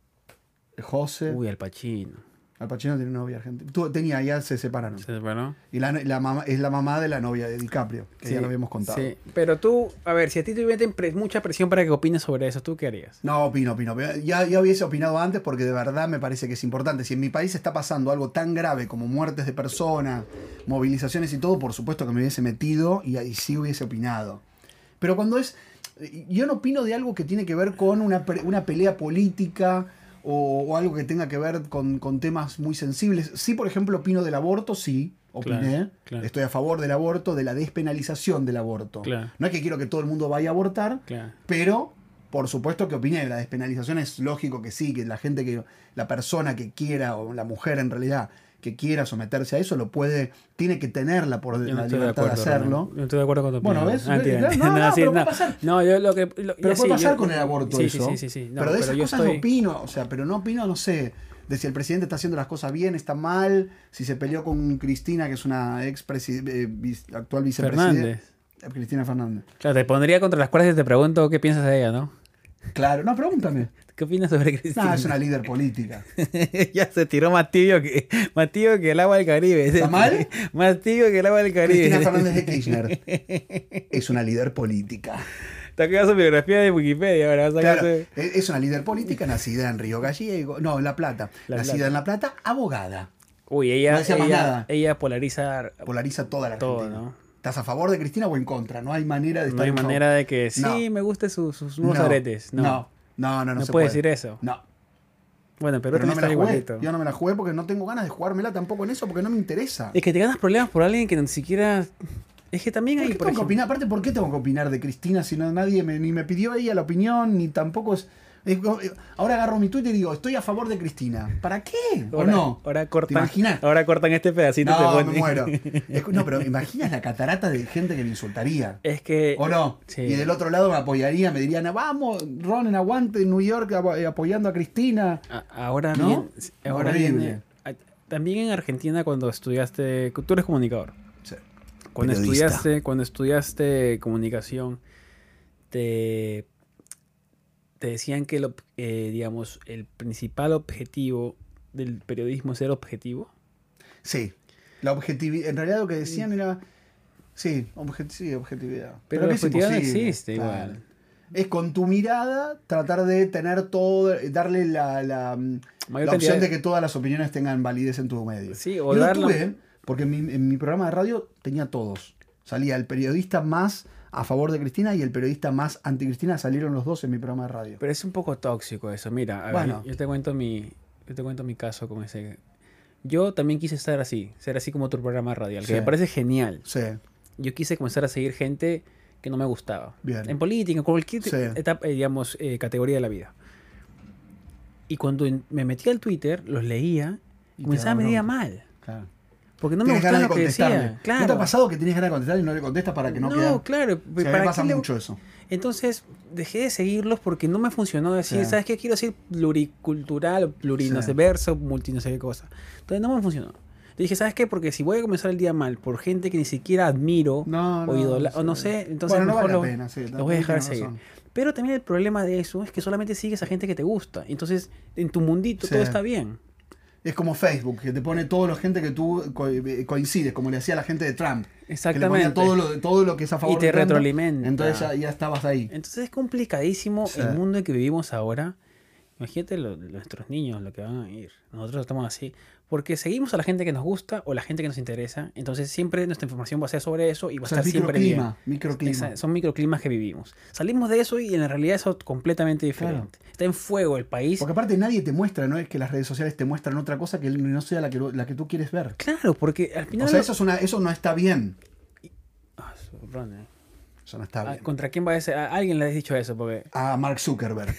Speaker 2: José.
Speaker 1: Uy, Al Pacino.
Speaker 2: Al Pacino tiene novia argentina. Tú- tenía, ya se separaron.
Speaker 1: ¿Se separó?
Speaker 2: Y la, la mamá, es la mamá de la novia de DiCaprio, que ya lo habíamos contado.
Speaker 1: Sí. Pero tú, a ver, si a ti te meten pre- mucha presión para que opines sobre eso, ¿tú qué harías?
Speaker 2: No, opino, opino. Ya, ya hubiese opinado antes porque de verdad me parece que es importante. Si en mi país está pasando algo tan grave como muertes de personas, movilizaciones y todo, por supuesto que me hubiese metido y, ahí sí hubiese opinado. Pero cuando es... Yo no opino de algo que tiene que ver con una, pre- una pelea política o, o algo que tenga que ver con, con temas muy sensibles. Sí, por ejemplo, opino del aborto, sí, opiné.
Speaker 1: Claro, claro.
Speaker 2: Estoy a favor del aborto, de la despenalización del aborto.
Speaker 1: Claro.
Speaker 2: No es que quiero que todo el mundo vaya a abortar,
Speaker 1: Claro.
Speaker 2: pero, por supuesto que opiné, la despenalización es lógico que sí, que la gente que, la persona que quiera, o la mujer en realidad, que quiera someterse a eso, lo puede, tiene que tenerla por
Speaker 1: Yo no
Speaker 2: la
Speaker 1: estoy de
Speaker 2: libertad de,
Speaker 1: acuerdo.
Speaker 2: hacerlo.
Speaker 1: Renan. No estoy de acuerdo con tu
Speaker 2: Bueno,
Speaker 1: opinión.
Speaker 2: ¿ves?
Speaker 1: Ah, entiendo,
Speaker 2: Claro, no,
Speaker 1: entiendo.
Speaker 2: no,
Speaker 1: Sí,
Speaker 2: pero
Speaker 1: no.
Speaker 2: puede pasar.
Speaker 1: No, yo lo que. lo-
Speaker 2: Pero
Speaker 1: ya
Speaker 2: puede
Speaker 1: sí,
Speaker 2: pasar
Speaker 1: yo-
Speaker 2: con el aborto
Speaker 1: sí,
Speaker 2: eso.
Speaker 1: Sí, sí, sí. sí. No,
Speaker 2: pero de esas
Speaker 1: yo
Speaker 2: cosas
Speaker 1: estoy-
Speaker 2: no opino, o sea, pero no opino, no sé, de si el presidente está haciendo las cosas bien, está mal, si se peleó con Cristina, que es una ex eh, actual vicepresidenta.
Speaker 1: Fernández.
Speaker 2: Eh, Cristina Fernández.
Speaker 1: Claro, te pondría contra las cuerdas y te pregunto qué piensas de ella, ¿no?
Speaker 2: Claro, no, pregúntame.
Speaker 1: ¿Qué opinas sobre
Speaker 2: No,
Speaker 1: Cristina?
Speaker 2: es una líder política.
Speaker 1: ya se tiró más tibio, que, más tibio que el agua del Caribe.
Speaker 2: ¿Está mal?
Speaker 1: Más tibio que el agua del Caribe.
Speaker 2: Cristina Fernández de Kirchner es una líder política.
Speaker 1: Te ha quedado su biografía de Wikipedia ahora. vas a
Speaker 2: Claro,
Speaker 1: quedarte-
Speaker 2: es es una líder política nacida en Río Gallego, no, en La Plata.
Speaker 1: La
Speaker 2: nacida
Speaker 1: Plata.
Speaker 2: en La Plata, abogada.
Speaker 1: Uy, ella,
Speaker 2: No decía más
Speaker 1: ella-
Speaker 2: nada.
Speaker 1: ella polariza
Speaker 2: Polariza toda la
Speaker 1: todo,
Speaker 2: Argentina.
Speaker 1: ¿no?
Speaker 2: ¿Estás a favor de Cristina o en contra? No hay manera de estar
Speaker 1: No hay
Speaker 2: en favor.
Speaker 1: manera de que sí,
Speaker 2: No.
Speaker 1: me gusten sus, sus nuevos aretes. No,
Speaker 2: no, no, no, no
Speaker 1: No
Speaker 2: se
Speaker 1: puede
Speaker 2: puede
Speaker 1: decir eso.
Speaker 2: No,
Speaker 1: Bueno, pero,
Speaker 2: pero no
Speaker 1: también
Speaker 2: me la
Speaker 1: está
Speaker 2: jugué.
Speaker 1: igualito.
Speaker 2: Yo no me la jugué porque no tengo ganas de jugármela tampoco en eso porque no me interesa.
Speaker 1: Es que te ganas problemas por alguien que ni siquiera Es que también
Speaker 2: ¿Por
Speaker 1: hay,
Speaker 2: qué
Speaker 1: por
Speaker 2: tengo que
Speaker 1: ejemplo,
Speaker 2: opinar? Aparte, ¿por qué tengo que opinar de Cristina si no, nadie me- ni me pidió ella la opinión, ni tampoco es... es- eh, Ahora agarro mi Twitter y digo, estoy a favor de Cristina. ¿Para qué? ¿O
Speaker 1: ahora,
Speaker 2: no?
Speaker 1: ahora cortan,
Speaker 2: imaginas?
Speaker 1: ahora cortan este pedacito. y te
Speaker 2: No,
Speaker 1: ponen-
Speaker 2: me muero. Es- No, pero imaginas la catarata de gente que me insultaría.
Speaker 1: Es que
Speaker 2: ¿O no?
Speaker 1: Eh, sí.
Speaker 2: Y del otro lado me apoyaría, me dirían, vamos, Ronen, aguante, New York abo- eh, apoyando a Cristina.
Speaker 1: a- ahora
Speaker 2: ¿No?
Speaker 1: bien, ahora
Speaker 2: Horrible.
Speaker 1: viene- a- también en Argentina cuando estudiaste, tú eres comunicador.
Speaker 2: Sí.
Speaker 1: Cuando
Speaker 2: Periodista.
Speaker 1: estudiaste, cuando estudiaste comunicación, te, te decían que el, ob- eh, digamos, el principal objetivo del periodismo es ser objetivo.
Speaker 2: Sí. La objetividad. En realidad lo que decían era. Sí, obje- sí, objetividad.
Speaker 1: Mm. Pero la
Speaker 2: que es
Speaker 1: objetividad no
Speaker 2: imposible,
Speaker 1: existe
Speaker 2: claro.
Speaker 1: igual.
Speaker 2: Es con tu mirada tratar de tener todo. Darle la, la, mm,
Speaker 1: Mayor
Speaker 2: la
Speaker 1: cantidad
Speaker 2: opción
Speaker 1: de-
Speaker 2: de que todas las opiniones tengan validez en tu medio.
Speaker 1: Sí,
Speaker 2: Yo
Speaker 1: o
Speaker 2: lo
Speaker 1: dar la-
Speaker 2: tuve, porque en mi, en mi programa de radio tenía todos. Salía el periodista más a favor de Cristina y el periodista más anti Cristina. Salieron los dos en mi programa de radio.
Speaker 1: Pero es un poco tóxico eso. Mira, a
Speaker 2: Bueno.
Speaker 1: ver, yo te cuento mi, yo te cuento mi caso con ese. Yo también quise estar así, ser así como tu programa radial, que
Speaker 2: Sí.
Speaker 1: me parece genial.
Speaker 2: Sí,
Speaker 1: Yo quise comenzar a seguir gente que no me gustaba.
Speaker 2: Bien.
Speaker 1: En política, en cualquier
Speaker 2: Sí.
Speaker 1: etapa, eh, digamos, eh, categoría de la vida. Y cuando en- me metí al Twitter, los leía
Speaker 2: Y
Speaker 1: y
Speaker 2: te
Speaker 1: comenzaba a
Speaker 2: daba
Speaker 1: medir a
Speaker 2: bronca.
Speaker 1: mal.
Speaker 2: claro.
Speaker 1: Porque no me
Speaker 2: Tienes
Speaker 1: gustaba
Speaker 2: ganas de
Speaker 1: lo que
Speaker 2: contestarle.
Speaker 1: decía. Claro.
Speaker 2: ¿No te ha pasado que tienes ganas de contestar y no le contestas para que no,
Speaker 1: No,
Speaker 2: quede?
Speaker 1: claro.
Speaker 2: Sí, a mí
Speaker 1: ¿para
Speaker 2: me
Speaker 1: qué
Speaker 2: pasa
Speaker 1: le-
Speaker 2: mucho eso.
Speaker 1: Entonces dejé de seguirlos porque no me funcionó decir,
Speaker 2: Sí.
Speaker 1: ¿sabes qué? Quiero decir pluricultural,
Speaker 2: Sí.
Speaker 1: plurinoceverso, multi no sé qué cosa. Entonces no me funcionó. Le dije, ¿sabes qué? Porque si voy a comenzar el día mal por gente que ni siquiera admiro
Speaker 2: No, no,
Speaker 1: o idola-
Speaker 2: no
Speaker 1: o no
Speaker 2: sé.
Speaker 1: sé, entonces
Speaker 2: Bueno, no
Speaker 1: mejor
Speaker 2: vale la
Speaker 1: lo-
Speaker 2: pena, sí,
Speaker 1: lo voy a dejar de
Speaker 2: tienes
Speaker 1: seguir.
Speaker 2: razón.
Speaker 1: Pero también el problema de eso es que solamente sigues a gente que te gusta. Entonces en tu mundito
Speaker 2: Sí.
Speaker 1: todo está bien.
Speaker 2: Es como Facebook, que te pone toda la gente que tú co- eh, coincides, como le hacía la gente de Trump. Que le ponía
Speaker 1: Exactamente.
Speaker 2: todo lo, todo lo que es a favor
Speaker 1: Y te
Speaker 2: de Trump.
Speaker 1: retroalimenta.
Speaker 2: Entonces ya, ya estabas ahí.
Speaker 1: Entonces es complicadísimo
Speaker 2: Sí.
Speaker 1: el mundo en que vivimos ahora. Imagínate lo- nuestros niños, lo que van a ir. Nosotros estamos así. Porque seguimos a la gente que nos gusta o la gente que nos interesa. Entonces siempre nuestra información va a ser sobre eso y va
Speaker 2: O
Speaker 1: a
Speaker 2: sea,
Speaker 1: estar siempre bien.
Speaker 2: microclima, microclima.
Speaker 1: Exa- Son microclimas que vivimos. Salimos de eso y en la realidad es algo completamente diferente. Está en fuego el país.
Speaker 2: Porque aparte nadie te muestra, ¿no? Es que las redes sociales te muestran otra cosa que no sea la que, la que tú quieres ver.
Speaker 1: Claro, porque al final...
Speaker 2: o sea,
Speaker 1: lo-
Speaker 2: eso, es una, eso no está bien.
Speaker 1: Ah, su- Ron, eh.
Speaker 2: Eso no está
Speaker 1: Ah,
Speaker 2: bien.
Speaker 1: ¿Contra quién va ese? A alguien le has dicho eso porque...
Speaker 2: A Mark Zuckerberg.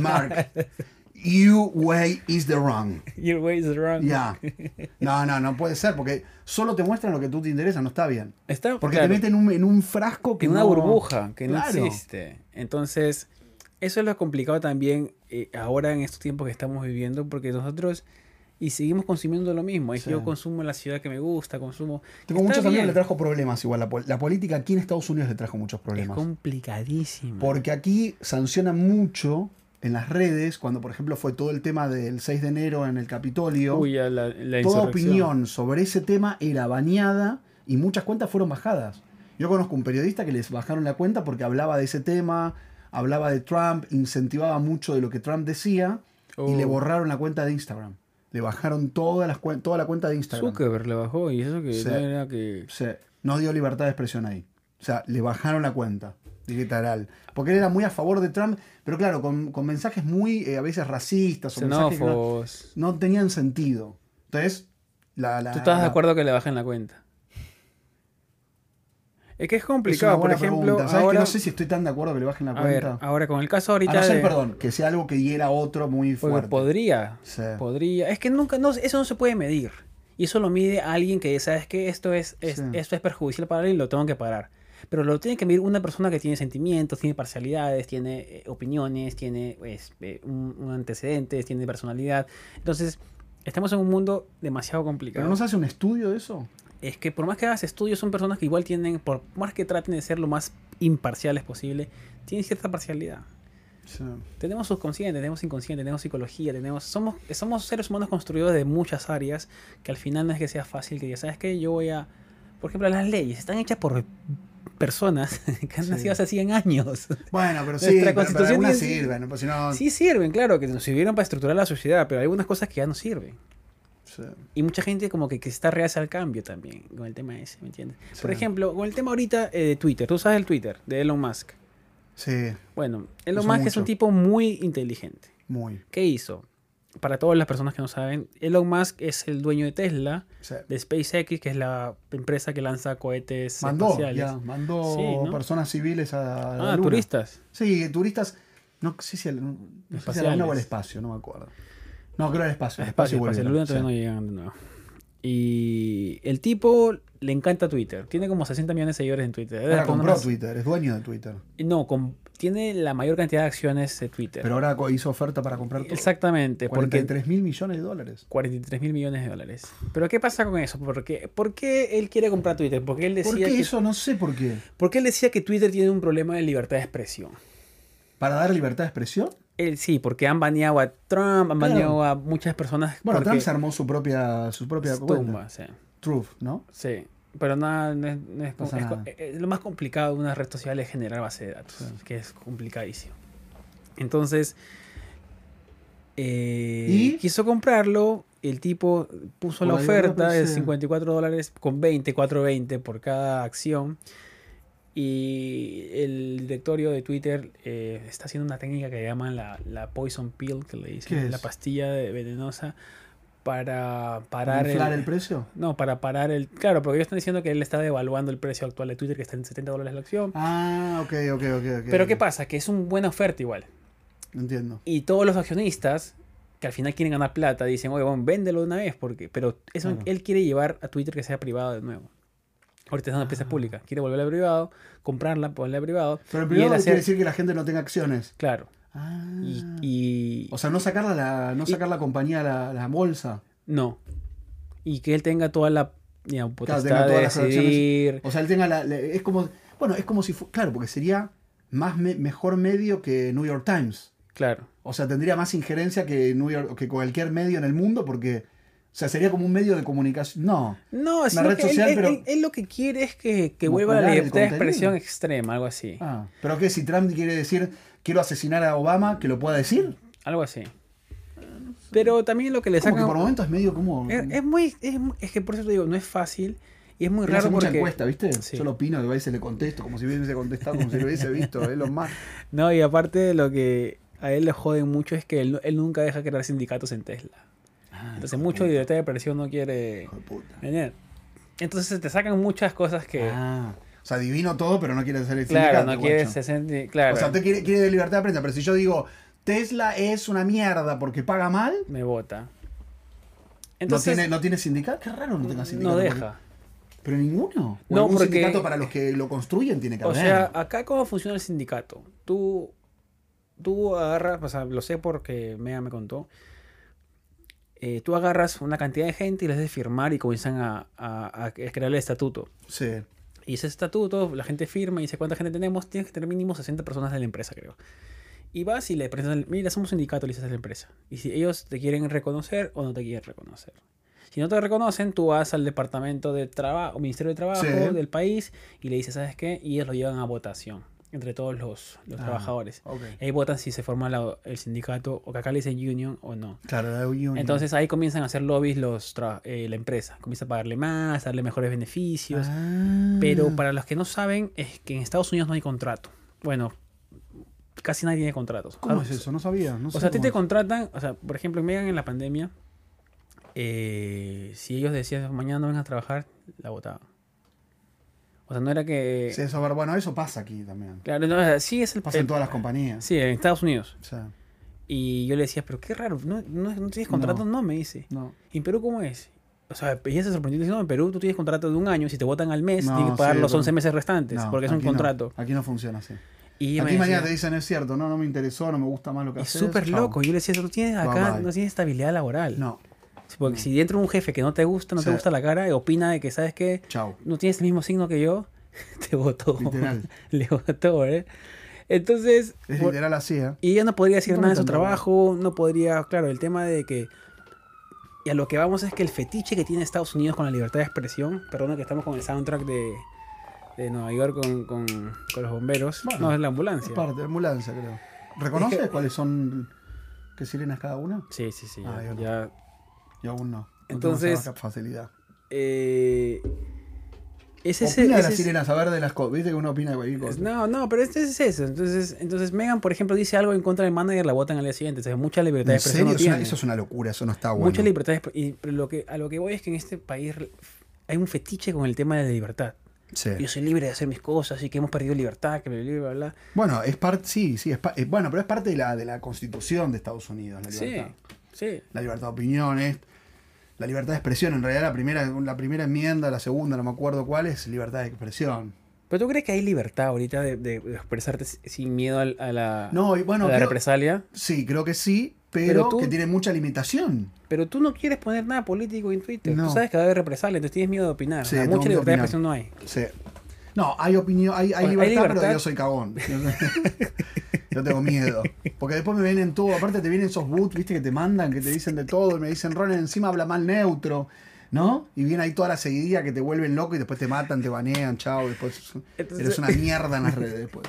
Speaker 2: Mark, your way is the wrong.
Speaker 1: Your way is wrong.
Speaker 2: Ya. No, no, no puede ser, porque solo te muestran lo que tú te interesa, no está bien.
Speaker 1: Está,
Speaker 2: Porque
Speaker 1: claro.
Speaker 2: te meten en un, en un frasco que
Speaker 1: en una
Speaker 2: no-
Speaker 1: burbuja que
Speaker 2: Claro.
Speaker 1: no existe. Entonces, eso es lo complicado también eh, ahora en estos tiempos que estamos viviendo, porque nosotros y seguimos consumiendo lo mismo. Es
Speaker 2: Sí.
Speaker 1: que yo consumo la ciudad que me gusta, consumo.
Speaker 2: Tengo
Speaker 1: Está
Speaker 2: muchos amigos que
Speaker 1: bien.
Speaker 2: le trajo problemas igual. La, pol- la política aquí en Estados Unidos le trajo muchos
Speaker 1: Es
Speaker 2: problemas.
Speaker 1: complicadísimo.
Speaker 2: Porque aquí sancionan mucho en las redes, cuando por ejemplo fue todo el tema del 6 de enero en el Capitolio.
Speaker 1: Uy, ya la, la
Speaker 2: toda
Speaker 1: insurrección.
Speaker 2: opinión sobre ese tema era bañada y muchas cuentas fueron bajadas. Yo conozco un periodista que les bajaron la cuenta porque hablaba de ese tema, hablaba de Trump, incentivaba mucho de lo que Trump decía y
Speaker 1: Oh.
Speaker 2: le borraron la cuenta de Instagram. Le bajaron todas las cuen- toda la cuenta de Instagram.
Speaker 1: Zuckerberg le bajó y eso que
Speaker 2: Sí.
Speaker 1: no era que.
Speaker 2: Sí, no dio libertad de expresión ahí. O sea, le bajaron la cuenta. Dije taral. Porque él era muy a favor de Trump, pero claro, con, con mensajes muy eh, a veces racistas o mensajes que no,
Speaker 1: Xenófobos.
Speaker 2: no tenían sentido. Entonces, la. la-
Speaker 1: ¿Tú estás de
Speaker 2: la-
Speaker 1: acuerdo que le bajen la cuenta? Es que es
Speaker 2: Es una
Speaker 1: complicado. Por
Speaker 2: buena
Speaker 1: ejemplo,
Speaker 2: pregunta. ¿Sabes que
Speaker 1: ahora.
Speaker 2: no sé si estoy tan de acuerdo que le bajen la
Speaker 1: a ver,
Speaker 2: cuenta?
Speaker 1: ahora con el caso ahorita.
Speaker 2: a no ser,
Speaker 1: de-
Speaker 2: perdón, que sea algo que hiera a otro muy
Speaker 1: Porque
Speaker 2: fuerte.
Speaker 1: podría.
Speaker 2: Sí.
Speaker 1: Podría. Es que nunca, no, eso no se puede medir. Y eso lo mide alguien que sabes que esto es, es-
Speaker 2: Sí.
Speaker 1: esto es perjudicial para él y lo tengo que parar. Pero lo tiene que medir una persona que tiene sentimientos, tiene parcialidades, tiene eh, opiniones, tiene pues, eh, un, un antecedente, tiene personalidad. Entonces, estamos en un mundo demasiado
Speaker 2: ¿Pero
Speaker 1: complicado.
Speaker 2: no se hace un estudio de eso?
Speaker 1: Es que por más que hagas estudios, son personas que igual tienen, por más que traten de ser lo más imparciales posible, tienen cierta parcialidad.
Speaker 2: Sí.
Speaker 1: Tenemos subconsciente, tenemos inconsciente, tenemos psicología, tenemos somos somos seres humanos construidos de muchas áreas que al final no es que sea fácil que digas, ¿sabes qué? Yo voy a por ejemplo, las leyes están hechas por personas que han
Speaker 2: Sí.
Speaker 1: nacido hace 100 años.
Speaker 2: Bueno, pero sí,
Speaker 1: Nuestra
Speaker 2: pero- pero
Speaker 1: constitución
Speaker 2: algunas
Speaker 1: tiene-
Speaker 2: sirven, pues si no-
Speaker 1: Sí sirven, claro, que nos sirvieron para estructurar la sociedad, pero hay algunas cosas que ya no sirven.
Speaker 2: Sí.
Speaker 1: Y mucha gente como que, que está reacia al cambio también con el tema ese, ¿me entiendes? Por
Speaker 2: Sí.
Speaker 1: ejemplo, con el tema ahorita eh, de Twitter, tú sabes el Twitter de Elon Musk.
Speaker 2: Sí,
Speaker 1: Bueno, Elon
Speaker 2: Uso
Speaker 1: Musk es un
Speaker 2: mucho.
Speaker 1: tipo muy inteligente.
Speaker 2: muy.
Speaker 1: ¿Qué hizo? para todas las personas que no saben, Elon Musk es el dueño de Tesla,
Speaker 2: Sí.
Speaker 1: de SpaceX, que es la empresa que lanza cohetes
Speaker 2: Mandó,
Speaker 1: espaciales.
Speaker 2: ya, mandó
Speaker 1: Sí, ¿no?
Speaker 2: personas civiles a la
Speaker 1: Ah,
Speaker 2: luna.
Speaker 1: turistas.
Speaker 2: Sí, turistas. No sé si al, no sé si a la luna o
Speaker 1: Espaciales.
Speaker 2: al espacio, no me acuerdo. No, creo al espacio. al
Speaker 1: Ah, Espacio, espacio. La
Speaker 2: volvieron,
Speaker 1: luna todavía no
Speaker 2: sí.
Speaker 1: llegan de nuevo. Y el tipo le encanta Twitter. Tiene como 60 millones de seguidores en Twitter. Debe
Speaker 2: Ahora
Speaker 1: poner
Speaker 2: compró
Speaker 1: unas-
Speaker 2: Twitter, es dueño de Twitter.
Speaker 1: No, com- tiene la mayor cantidad de acciones de Twitter.
Speaker 2: Pero ahora co- hizo oferta para comprar todo.
Speaker 1: Exactamente, porque
Speaker 2: 43 mil millones de dólares.
Speaker 1: 43 mil millones de dólares. Pero ¿qué pasa con eso? ¿Por qué, por qué él quiere comprar Twitter? Porque él decía
Speaker 2: ¿Por qué
Speaker 1: que,
Speaker 2: eso? No sé por qué.
Speaker 1: porque él decía que Twitter tiene un problema de libertad de expresión.
Speaker 2: ¿Para dar libertad de expresión?
Speaker 1: Él sí, porque han baneado a Trump, han
Speaker 2: Claro.
Speaker 1: baneado a muchas personas.
Speaker 2: Bueno,
Speaker 1: porque-
Speaker 2: Trump se armó su propia, su propia cuenta.
Speaker 1: Tumba, sí.
Speaker 2: Truth, ¿no?
Speaker 1: Sí, pero nada, no es, no es-
Speaker 2: Pasa
Speaker 1: es-
Speaker 2: nada.
Speaker 1: es- lo más complicado de una red social es generar base de datos, que es complicadísimo. Entonces, eh,
Speaker 2: ¿Y?
Speaker 1: quiso comprarlo, el tipo puso
Speaker 2: Por
Speaker 1: la
Speaker 2: ahí habrá
Speaker 1: oferta de
Speaker 2: aparecido.
Speaker 1: 54 dólares con 20, 4.20 por cada acción. Y el directorio de Twitter eh, está haciendo una técnica que llaman la, la poison pill, que le
Speaker 2: ¿Qué
Speaker 1: dicen, la
Speaker 2: es?
Speaker 1: pastilla de- venenosa para
Speaker 2: ¿Para
Speaker 1: parar
Speaker 2: inflar el precio?
Speaker 1: no, para parar el. Claro, porque ellos están diciendo que él está devaluando el precio actual de Twitter, que está en 70 dólares la acción.
Speaker 2: Ah, ok, ok, ok. ok,
Speaker 1: Pero
Speaker 2: ok.
Speaker 1: ¿qué pasa? Que es una buena oferta igual.
Speaker 2: Entiendo.
Speaker 1: Y todos los accionistas que al final quieren ganar plata dicen, oye, bueno, véndelo de una vez, porque. Pero eso,
Speaker 2: Claro.
Speaker 1: él quiere llevar a Twitter que sea privado de nuevo. Ahorita es una
Speaker 2: Ah.
Speaker 1: empresa pública. Quiere volverla a privado, comprarla, ponerla a privado.
Speaker 2: Pero el
Speaker 1: y él
Speaker 2: primero
Speaker 1: hacer-
Speaker 2: quiere decir que la gente no tenga acciones.
Speaker 1: Claro.
Speaker 2: Ah.
Speaker 1: Y, y-
Speaker 2: O sea, no sacarla la, no sacar la compañía a la, la bolsa.
Speaker 1: No. Y que él tenga toda la digamos,
Speaker 2: Claro,
Speaker 1: potestad
Speaker 2: tenga
Speaker 1: de
Speaker 2: todas las acciones.
Speaker 1: decidir.
Speaker 2: O sea, él tenga la. la- es como. Bueno, es como si fu- Claro, porque sería más me- mejor medio que New York Times.
Speaker 1: Claro.
Speaker 2: O sea, tendría más injerencia que New York, que cualquier medio en el mundo, porque. O sea, sería como un medio de comunicación. No.
Speaker 1: No, es
Speaker 2: red
Speaker 1: que él-
Speaker 2: social,
Speaker 1: él,
Speaker 2: pero-
Speaker 1: él- él lo que quiere es que, que vuelva la
Speaker 2: Modular el
Speaker 1: libertad de expresión
Speaker 2: contenido.
Speaker 1: extrema, algo así.
Speaker 2: Ah, pero qué, si Trump quiere decir quiero asesinar a Obama, que lo pueda decir.
Speaker 1: Algo así. Pero también lo que le
Speaker 2: Como que
Speaker 1: sacan.
Speaker 2: por momentos es medio como.
Speaker 1: Es, es muy. Es, mu- es que por eso te digo, no es fácil. Y es muy
Speaker 2: Él hace
Speaker 1: raro
Speaker 2: mucha
Speaker 1: porque.
Speaker 2: encuesta, ¿viste?
Speaker 1: Sí.
Speaker 2: Yo lo opino, que a veces le contesto, como si hubiese contestado, como si lo hubiese visto, es lo más.
Speaker 1: No, y aparte lo que a él le joden mucho es que él, él nunca deja crear sindicatos en Tesla. Entonces, mucho de libertad de expresión no quiere
Speaker 2: Hijo de puta.
Speaker 1: tener. Entonces, te sacan muchas cosas que.
Speaker 2: Ah, o sea, adivino todo, pero no quiere hacer el
Speaker 1: claro,
Speaker 2: sindicato,
Speaker 1: no quiere
Speaker 2: guacho.
Speaker 1: se sentir- Claro,
Speaker 2: O sea, usted quiere, quiere libertad de prensa, pero si yo digo Tesla es una mierda porque paga mal,
Speaker 1: me vota. Entonces,
Speaker 2: no, tiene, no tiene sindicato. Qué raro no tenga sindicato.
Speaker 1: no
Speaker 2: porque-
Speaker 1: deja.
Speaker 2: Pero ninguno. O
Speaker 1: No,
Speaker 2: algún
Speaker 1: porque-
Speaker 2: sindicato para los que lo construyen tiene que
Speaker 1: O
Speaker 2: haber.
Speaker 1: sea, acá cómo funciona el sindicato. Tú, tú agarras, o sea, lo sé porque Mea me contó. Eh, tú agarras una cantidad de gente y les haces firmar y comienzan a, a- a crear el estatuto.
Speaker 2: sí.
Speaker 1: Y ese estatuto, la gente firma y dice cuánta gente tenemos, tienes que tener mínimo 60 personas de la empresa, creo. Y vas y le presentas, mira, somos sindicato, le dices a la empresa. Y si ellos te quieren reconocer o no te quieren reconocer. Si no te reconocen, tú vas al departamento de trabajo, Ministerio de Trabajo
Speaker 2: Sí.
Speaker 1: del país y le dices, ¿sabes qué? Y ellos lo llevan a votación entre todos los, los
Speaker 2: Ah,
Speaker 1: trabajadores.
Speaker 2: ok.
Speaker 1: Y ahí votan si se forma la- el sindicato o que acá le dicen union o no.
Speaker 2: Claro, la unión.
Speaker 1: Entonces ahí comienzan a hacer lobbies los tra- eh, la empresa. Comienza a pagarle más, darle mejores beneficios.
Speaker 2: Ah.
Speaker 1: Pero para los que no saben, es que en Estados Unidos no hay contrato. Bueno, casi nadie tiene contratos.
Speaker 2: ¿Cómo
Speaker 1: O
Speaker 2: es
Speaker 1: sea,
Speaker 2: eso? No sabía. No sé
Speaker 1: O sea, a ti
Speaker 2: cómo
Speaker 1: te
Speaker 2: es.
Speaker 1: contratan, o sea, por ejemplo, en Megan en la pandemia, eh, si ellos decían mañana no vengas a trabajar, la votaban. O sea, no era que.
Speaker 2: Sí, eso, bueno, eso pasa aquí también.
Speaker 1: Claro, no, o sea, sí es el
Speaker 2: Pasa
Speaker 1: papel.
Speaker 2: en todas las compañías.
Speaker 1: Sí, en Estados Unidos.
Speaker 2: O sea,
Speaker 1: Y yo le decía, pero qué raro, ¿no, no, no tienes contrato? No. me dice.
Speaker 2: no.
Speaker 1: ¿Y en Perú cómo es? O sea, ella se sorprendió diciendo, no, en Perú tú tienes contrato de un año, si te votan al mes,
Speaker 2: No,
Speaker 1: tienes que pagar
Speaker 2: sí,
Speaker 1: los
Speaker 2: pero-
Speaker 1: 11 meses restantes,
Speaker 2: no,
Speaker 1: porque es un
Speaker 2: aquí no.
Speaker 1: contrato.
Speaker 2: Aquí no funciona así.
Speaker 1: Y ella me
Speaker 2: Aquí mañana
Speaker 1: decía-
Speaker 2: te dicen, es cierto, no, no me interesó, no me gusta más lo que
Speaker 1: Es
Speaker 2: haces.
Speaker 1: súper
Speaker 2: chao".
Speaker 1: loco. Yo le decía, tú tienes
Speaker 2: Bye,
Speaker 1: acá,
Speaker 2: bye.
Speaker 1: no tienes estabilidad laboral.
Speaker 2: No,
Speaker 1: Sí, Porque si entra un jefe que no te gusta, no te
Speaker 2: Sí.
Speaker 1: gusta la cara, y opina de que, ¿sabes qué?
Speaker 2: chao.
Speaker 1: No tienes el mismo signo que yo, te votó.
Speaker 2: Literal.
Speaker 1: Le votó, ¿eh? Entonces,
Speaker 2: Es
Speaker 1: por-
Speaker 2: literal así, ¿eh?
Speaker 1: y ella no podría decir
Speaker 2: No
Speaker 1: nada de su
Speaker 2: tanto, ¿no?
Speaker 1: trabajo, no podría, claro, el tema de que... Y a lo que vamos es que el fetiche que tiene Estados Unidos con la libertad de expresión, perdona que estamos con el soundtrack de, de Nueva York con, con- con los bomberos,
Speaker 2: Bueno,
Speaker 1: no es la
Speaker 2: Es
Speaker 1: ambulancia.
Speaker 2: parte de ambulancia, creo. ¿Reconoces cuáles son qué sirenas cada una?
Speaker 1: Sí, sí, sí.
Speaker 2: Ah,
Speaker 1: ya-
Speaker 2: yo no.
Speaker 1: ya
Speaker 2: Yo aún no. no tengo
Speaker 1: Entonces-
Speaker 2: esa facilidad.
Speaker 1: Eh, Es ese,
Speaker 2: Opina de
Speaker 1: es
Speaker 2: las
Speaker 1: ese-
Speaker 2: sirenas, a ver de las cosas. Viste que uno opina de cualquier cosa.
Speaker 1: No, no, pero este es eso. Entonces, entonces Megan, por ejemplo, dice algo en contra del manager, la votan al día siguiente. O sea, mucha libertad de
Speaker 2: ¿En
Speaker 1: expresión
Speaker 2: serio?
Speaker 1: no
Speaker 2: Es una-
Speaker 1: tiene.
Speaker 2: eso es una locura, eso no está bueno.
Speaker 1: Mucha libertad de expre- y pero lo que, a lo que voy es que en este país re- hay un fetiche con el tema de la libertad.
Speaker 2: Sí.
Speaker 1: Yo soy libre de hacer mis cosas y que hemos perdido libertad, que bla, bla, bla, bla.
Speaker 2: Bueno, es parte, sí, sí, es pa- eh, bueno, pero es parte de la, de la constitución de Estados Unidos, la
Speaker 1: Sí,
Speaker 2: libertad.
Speaker 1: sí.
Speaker 2: La libertad de opiniones, la libertad de expresión. En realidad la primera, la primera enmienda, la segunda, no me acuerdo cuál, es libertad de expresión.
Speaker 1: ¿Pero tú crees que hay libertad ahorita de, de- de expresarte s- sin miedo al- a, la,
Speaker 2: No, y bueno,
Speaker 1: a la
Speaker 2: creo-
Speaker 1: represalia?
Speaker 2: sí, creo que sí, pero,
Speaker 1: Pero tú-
Speaker 2: que tiene mucha limitación.
Speaker 1: Pero tú no quieres poner nada político en Twitter.
Speaker 2: No.
Speaker 1: Tú sabes que va a haber represalia, entonces tienes miedo de opinar.
Speaker 2: Sí,
Speaker 1: O sea,
Speaker 2: tengo
Speaker 1: mucha
Speaker 2: miedo
Speaker 1: libertad
Speaker 2: de
Speaker 1: de
Speaker 2: opinar.
Speaker 1: expresión no hay.
Speaker 2: Sí. No, hay opinión, hay, hay
Speaker 1: Hay
Speaker 2: libertad, pero
Speaker 1: libertad.
Speaker 2: yo soy cagón. Yo tengo miedo. Porque después me vienen todo, aparte te vienen esos boots, viste, que te mandan, que te dicen de todo, y me dicen, Ronen, encima habla mal neutro, ¿no? Y viene ahí toda la seguidilla que te vuelven loco y después te matan, te banean, chao, después
Speaker 1: Entonces-
Speaker 2: eres una mierda en las redes después.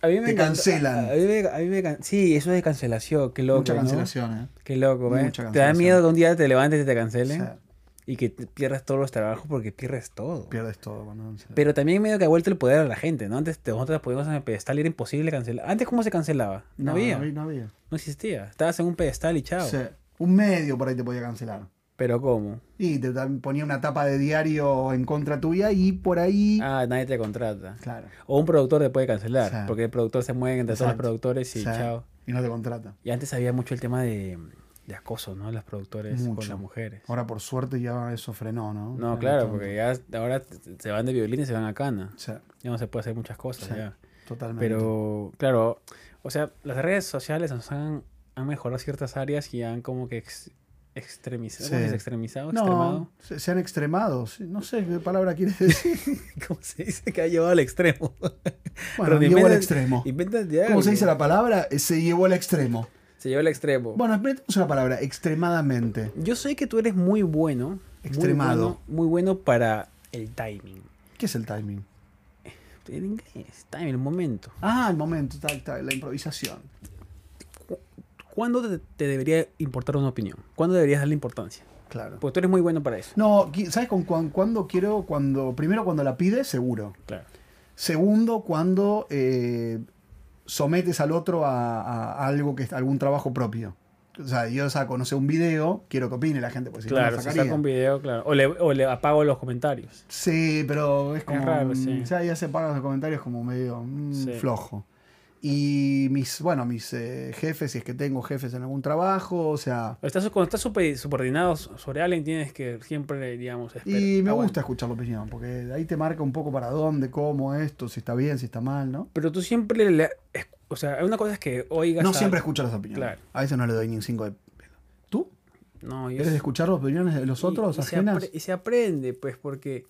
Speaker 1: A mí me
Speaker 2: Te
Speaker 1: encanta-
Speaker 2: cancelan.
Speaker 1: A, a mí me, a mí me can- sí, eso es de cancelación. Qué loco.
Speaker 2: Mucha
Speaker 1: ¿no?
Speaker 2: cancelación, ¿eh?
Speaker 1: Qué loco, ¿eh?
Speaker 2: Mucha
Speaker 1: Te da
Speaker 2: cancelación.
Speaker 1: miedo que un día te levantes y te
Speaker 2: O
Speaker 1: cancelen
Speaker 2: sea,
Speaker 1: y que te pierdas todos los trabajos porque pierdes todo.
Speaker 2: pierdes todo. cuando-
Speaker 1: Pero también medio que ha vuelto el poder a la gente, ¿no? Antes te- nosotros poníamos en el pedestal y era imposible cancelar. Antes, ¿cómo se cancelaba? No, había.
Speaker 2: No,
Speaker 1: No,
Speaker 2: había.
Speaker 1: existía. Estabas en un pedestal y chao.
Speaker 2: O sea, un medio por ahí te podía cancelar.
Speaker 1: Pero ¿cómo?
Speaker 2: Y te tam- ponía una tapa de diario en contra tuya y por ahí...
Speaker 1: Ah, nadie te contrata.
Speaker 2: Claro.
Speaker 1: O un productor te puede cancelar,
Speaker 2: Sí.
Speaker 1: porque el productor se mueve entre todos los
Speaker 2: Exacto.
Speaker 1: productores y
Speaker 2: Sí.
Speaker 1: chao.
Speaker 2: Y no te contrata.
Speaker 1: Y antes había mucho el tema de, de acoso, ¿no? Los productores con
Speaker 2: Mucho.
Speaker 1: las mujeres.
Speaker 2: Ahora por suerte ya eso frenó, ¿no?
Speaker 1: No,
Speaker 2: Frenó
Speaker 1: claro,
Speaker 2: todo.
Speaker 1: porque ya ahora se van de violín y se van a cana.
Speaker 2: O sea,
Speaker 1: Ya no se puede hacer muchas cosas.
Speaker 2: Sí.
Speaker 1: ya.
Speaker 2: totalmente.
Speaker 1: Pero, claro, o sea, las redes sociales nos han, han mejorado ciertas áreas y han como que ex- extremizado,
Speaker 2: Sí.
Speaker 1: extremizado, extremado.
Speaker 2: no, se, se han extremado. sí, No sé qué palabra quieres decir.
Speaker 1: ¿Cómo se dice que ha llevado al extremo?
Speaker 2: Bueno,
Speaker 1: Pero
Speaker 2: llevó al
Speaker 1: inventa-
Speaker 2: extremo.
Speaker 1: Inventa
Speaker 2: ¿Cómo se dice la palabra? Eh, Se llevó al extremo.
Speaker 1: Se llevó al extremo.
Speaker 2: Bueno, metemos una palabra, extremadamente.
Speaker 1: Yo sé que tú eres muy bueno.
Speaker 2: Extremado.
Speaker 1: Muy bueno, muy bueno para el timing.
Speaker 2: ¿Qué es el timing?
Speaker 1: En inglés, timing, el momento.
Speaker 2: Ah, el momento, tal, tal, la improvisación.
Speaker 1: ¿Cuándo te, te debería importar una opinión? ¿Cuándo deberías darle importancia?
Speaker 2: Claro.
Speaker 1: Pues tú eres muy bueno para eso.
Speaker 2: No, qui- ¿sabes con cuán- cuándo quiero? Cuando, primero, cuando la pide, seguro.
Speaker 1: Claro.
Speaker 2: Segundo, cuando eh, sometes al otro a, a algo que es algún trabajo propio. O sea, yo saco, no sé, un video, quiero que opine la gente, porque si no, no
Speaker 1: claro,
Speaker 2: lo
Speaker 1: se
Speaker 2: sacaría.
Speaker 1: saca un video, claro. O le, o le apago los comentarios.
Speaker 2: Sí, pero es como.
Speaker 1: raro, sí.
Speaker 2: mm, Ya, ya se paran los comentarios como medio mm,
Speaker 1: Sí.
Speaker 2: flojo. Y mis, bueno, mis eh, jefes, si es que tengo jefes en algún trabajo, o sea.
Speaker 1: O Estás, cuando estás supe- subordinado sobre alguien, tienes que siempre, digamos, esperar.
Speaker 2: Y me gusta escuchar la opinión, porque ahí te marca un poco para dónde, cómo esto, si está bien, si está mal, ¿no?
Speaker 1: Pero tú siempre le. es- O sea, una cosa es que oigas.
Speaker 2: No
Speaker 1: a-
Speaker 2: siempre escucho las opiniones.
Speaker 1: Claro.
Speaker 2: A veces no le doy ni un 5 de. ¿Tú?
Speaker 1: No, yo
Speaker 2: ¿Eres de escuchar las opiniones de los otros,
Speaker 1: y, y se
Speaker 2: ajenas?
Speaker 1: apre- y se aprende, pues, porque,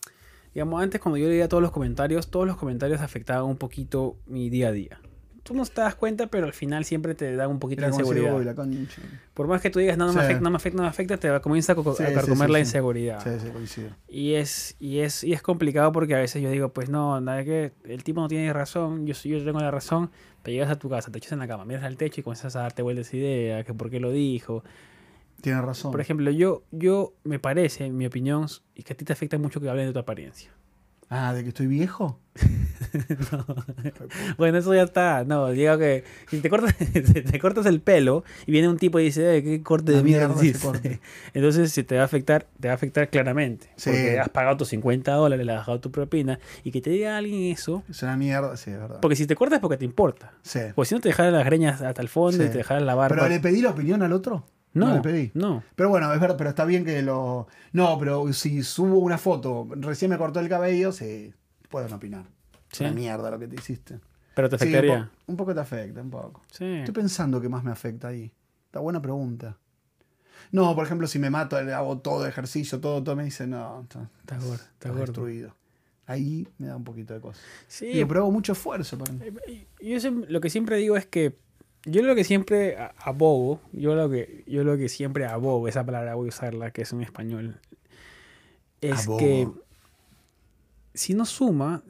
Speaker 1: digamos, antes cuando yo leía todos los comentarios, todos los comentarios afectaban un poquito mi día a día. Tú no te das cuenta, pero al final siempre te da un poquito
Speaker 2: Era
Speaker 1: de
Speaker 2: como decir,
Speaker 1: inseguridad.
Speaker 2: "Uy, la concha".
Speaker 1: Por más que tú digas, no, no me
Speaker 2: Sí.
Speaker 1: afecta, no me afecta, no me afecta, te va- comienza a, co-
Speaker 2: Sí,
Speaker 1: a
Speaker 2: sí,
Speaker 1: carcomer
Speaker 2: sí,
Speaker 1: la
Speaker 2: sí.
Speaker 1: inseguridad.
Speaker 2: Sí, sí, coincido.
Speaker 1: Y es, y es, y es complicado porque a veces yo digo, pues no, nada que el tipo no tiene razón, yo, soy- yo tengo la razón, te llegas a tu casa, te echas en la cama, miras al techo y comienzas a darte vueltas ideas, que por qué lo dijo.
Speaker 2: Tienes razón.
Speaker 1: Por ejemplo, yo, yo me parece, en mi opinión, y que a ti te afecta mucho que hablen de tu apariencia.
Speaker 2: ah, ¿de que estoy viejo?
Speaker 1: Bueno, eso ya está, no, digo que si te cortas, si te cortas el pelo y viene un tipo y dice, "Eh, qué corte de
Speaker 2: Una
Speaker 1: mierda,
Speaker 2: mierda ese
Speaker 1: hiciste?".
Speaker 2: corte.
Speaker 1: Entonces, si te va a afectar, te va a afectar claramente.
Speaker 2: Sí.
Speaker 1: Porque has pagado tus 50 dólares, le has dejado tu propina, y que te diga alguien eso,
Speaker 2: Es una mierda, sí, es verdad.
Speaker 1: porque si te cortas es porque te importa.
Speaker 2: Sí.
Speaker 1: Pues si no te dejaran las greñas hasta el fondo
Speaker 2: Sí.
Speaker 1: y te dejaran la barba.
Speaker 2: ¿Pero le pedí la opinión al otro?
Speaker 1: no,
Speaker 2: le pedí.
Speaker 1: No.
Speaker 2: Pero bueno, es verdad, pero está bien que lo. No, pero si subo una foto, recién me cortó el cabello, sí, pueden opinar. Es
Speaker 1: Sí.
Speaker 2: una mierda lo que te hiciste.
Speaker 1: Pero te
Speaker 2: Sí, un po- un,
Speaker 1: afectaría.
Speaker 2: poco te afecta, un poco.
Speaker 1: Sí.
Speaker 2: Estoy pensando qué más me afecta ahí. Está buena pregunta. No, por ejemplo, si me mato, le hago todo ejercicio, todo, todo, me dice, no, está-
Speaker 1: Estás gordo, estás
Speaker 2: estás
Speaker 1: gordo.
Speaker 2: destruido. Ahí me da un poquito de cosa.
Speaker 1: Sí,
Speaker 2: Digo, pero hago mucho esfuerzo para mí.
Speaker 1: Yo siem- lo que siempre digo es que yo lo que siempre a- abogo, yo lo que yo lo que siempre abogo, esa palabra voy a usarla que es en español, es
Speaker 2: Abogo.
Speaker 1: que si no suma,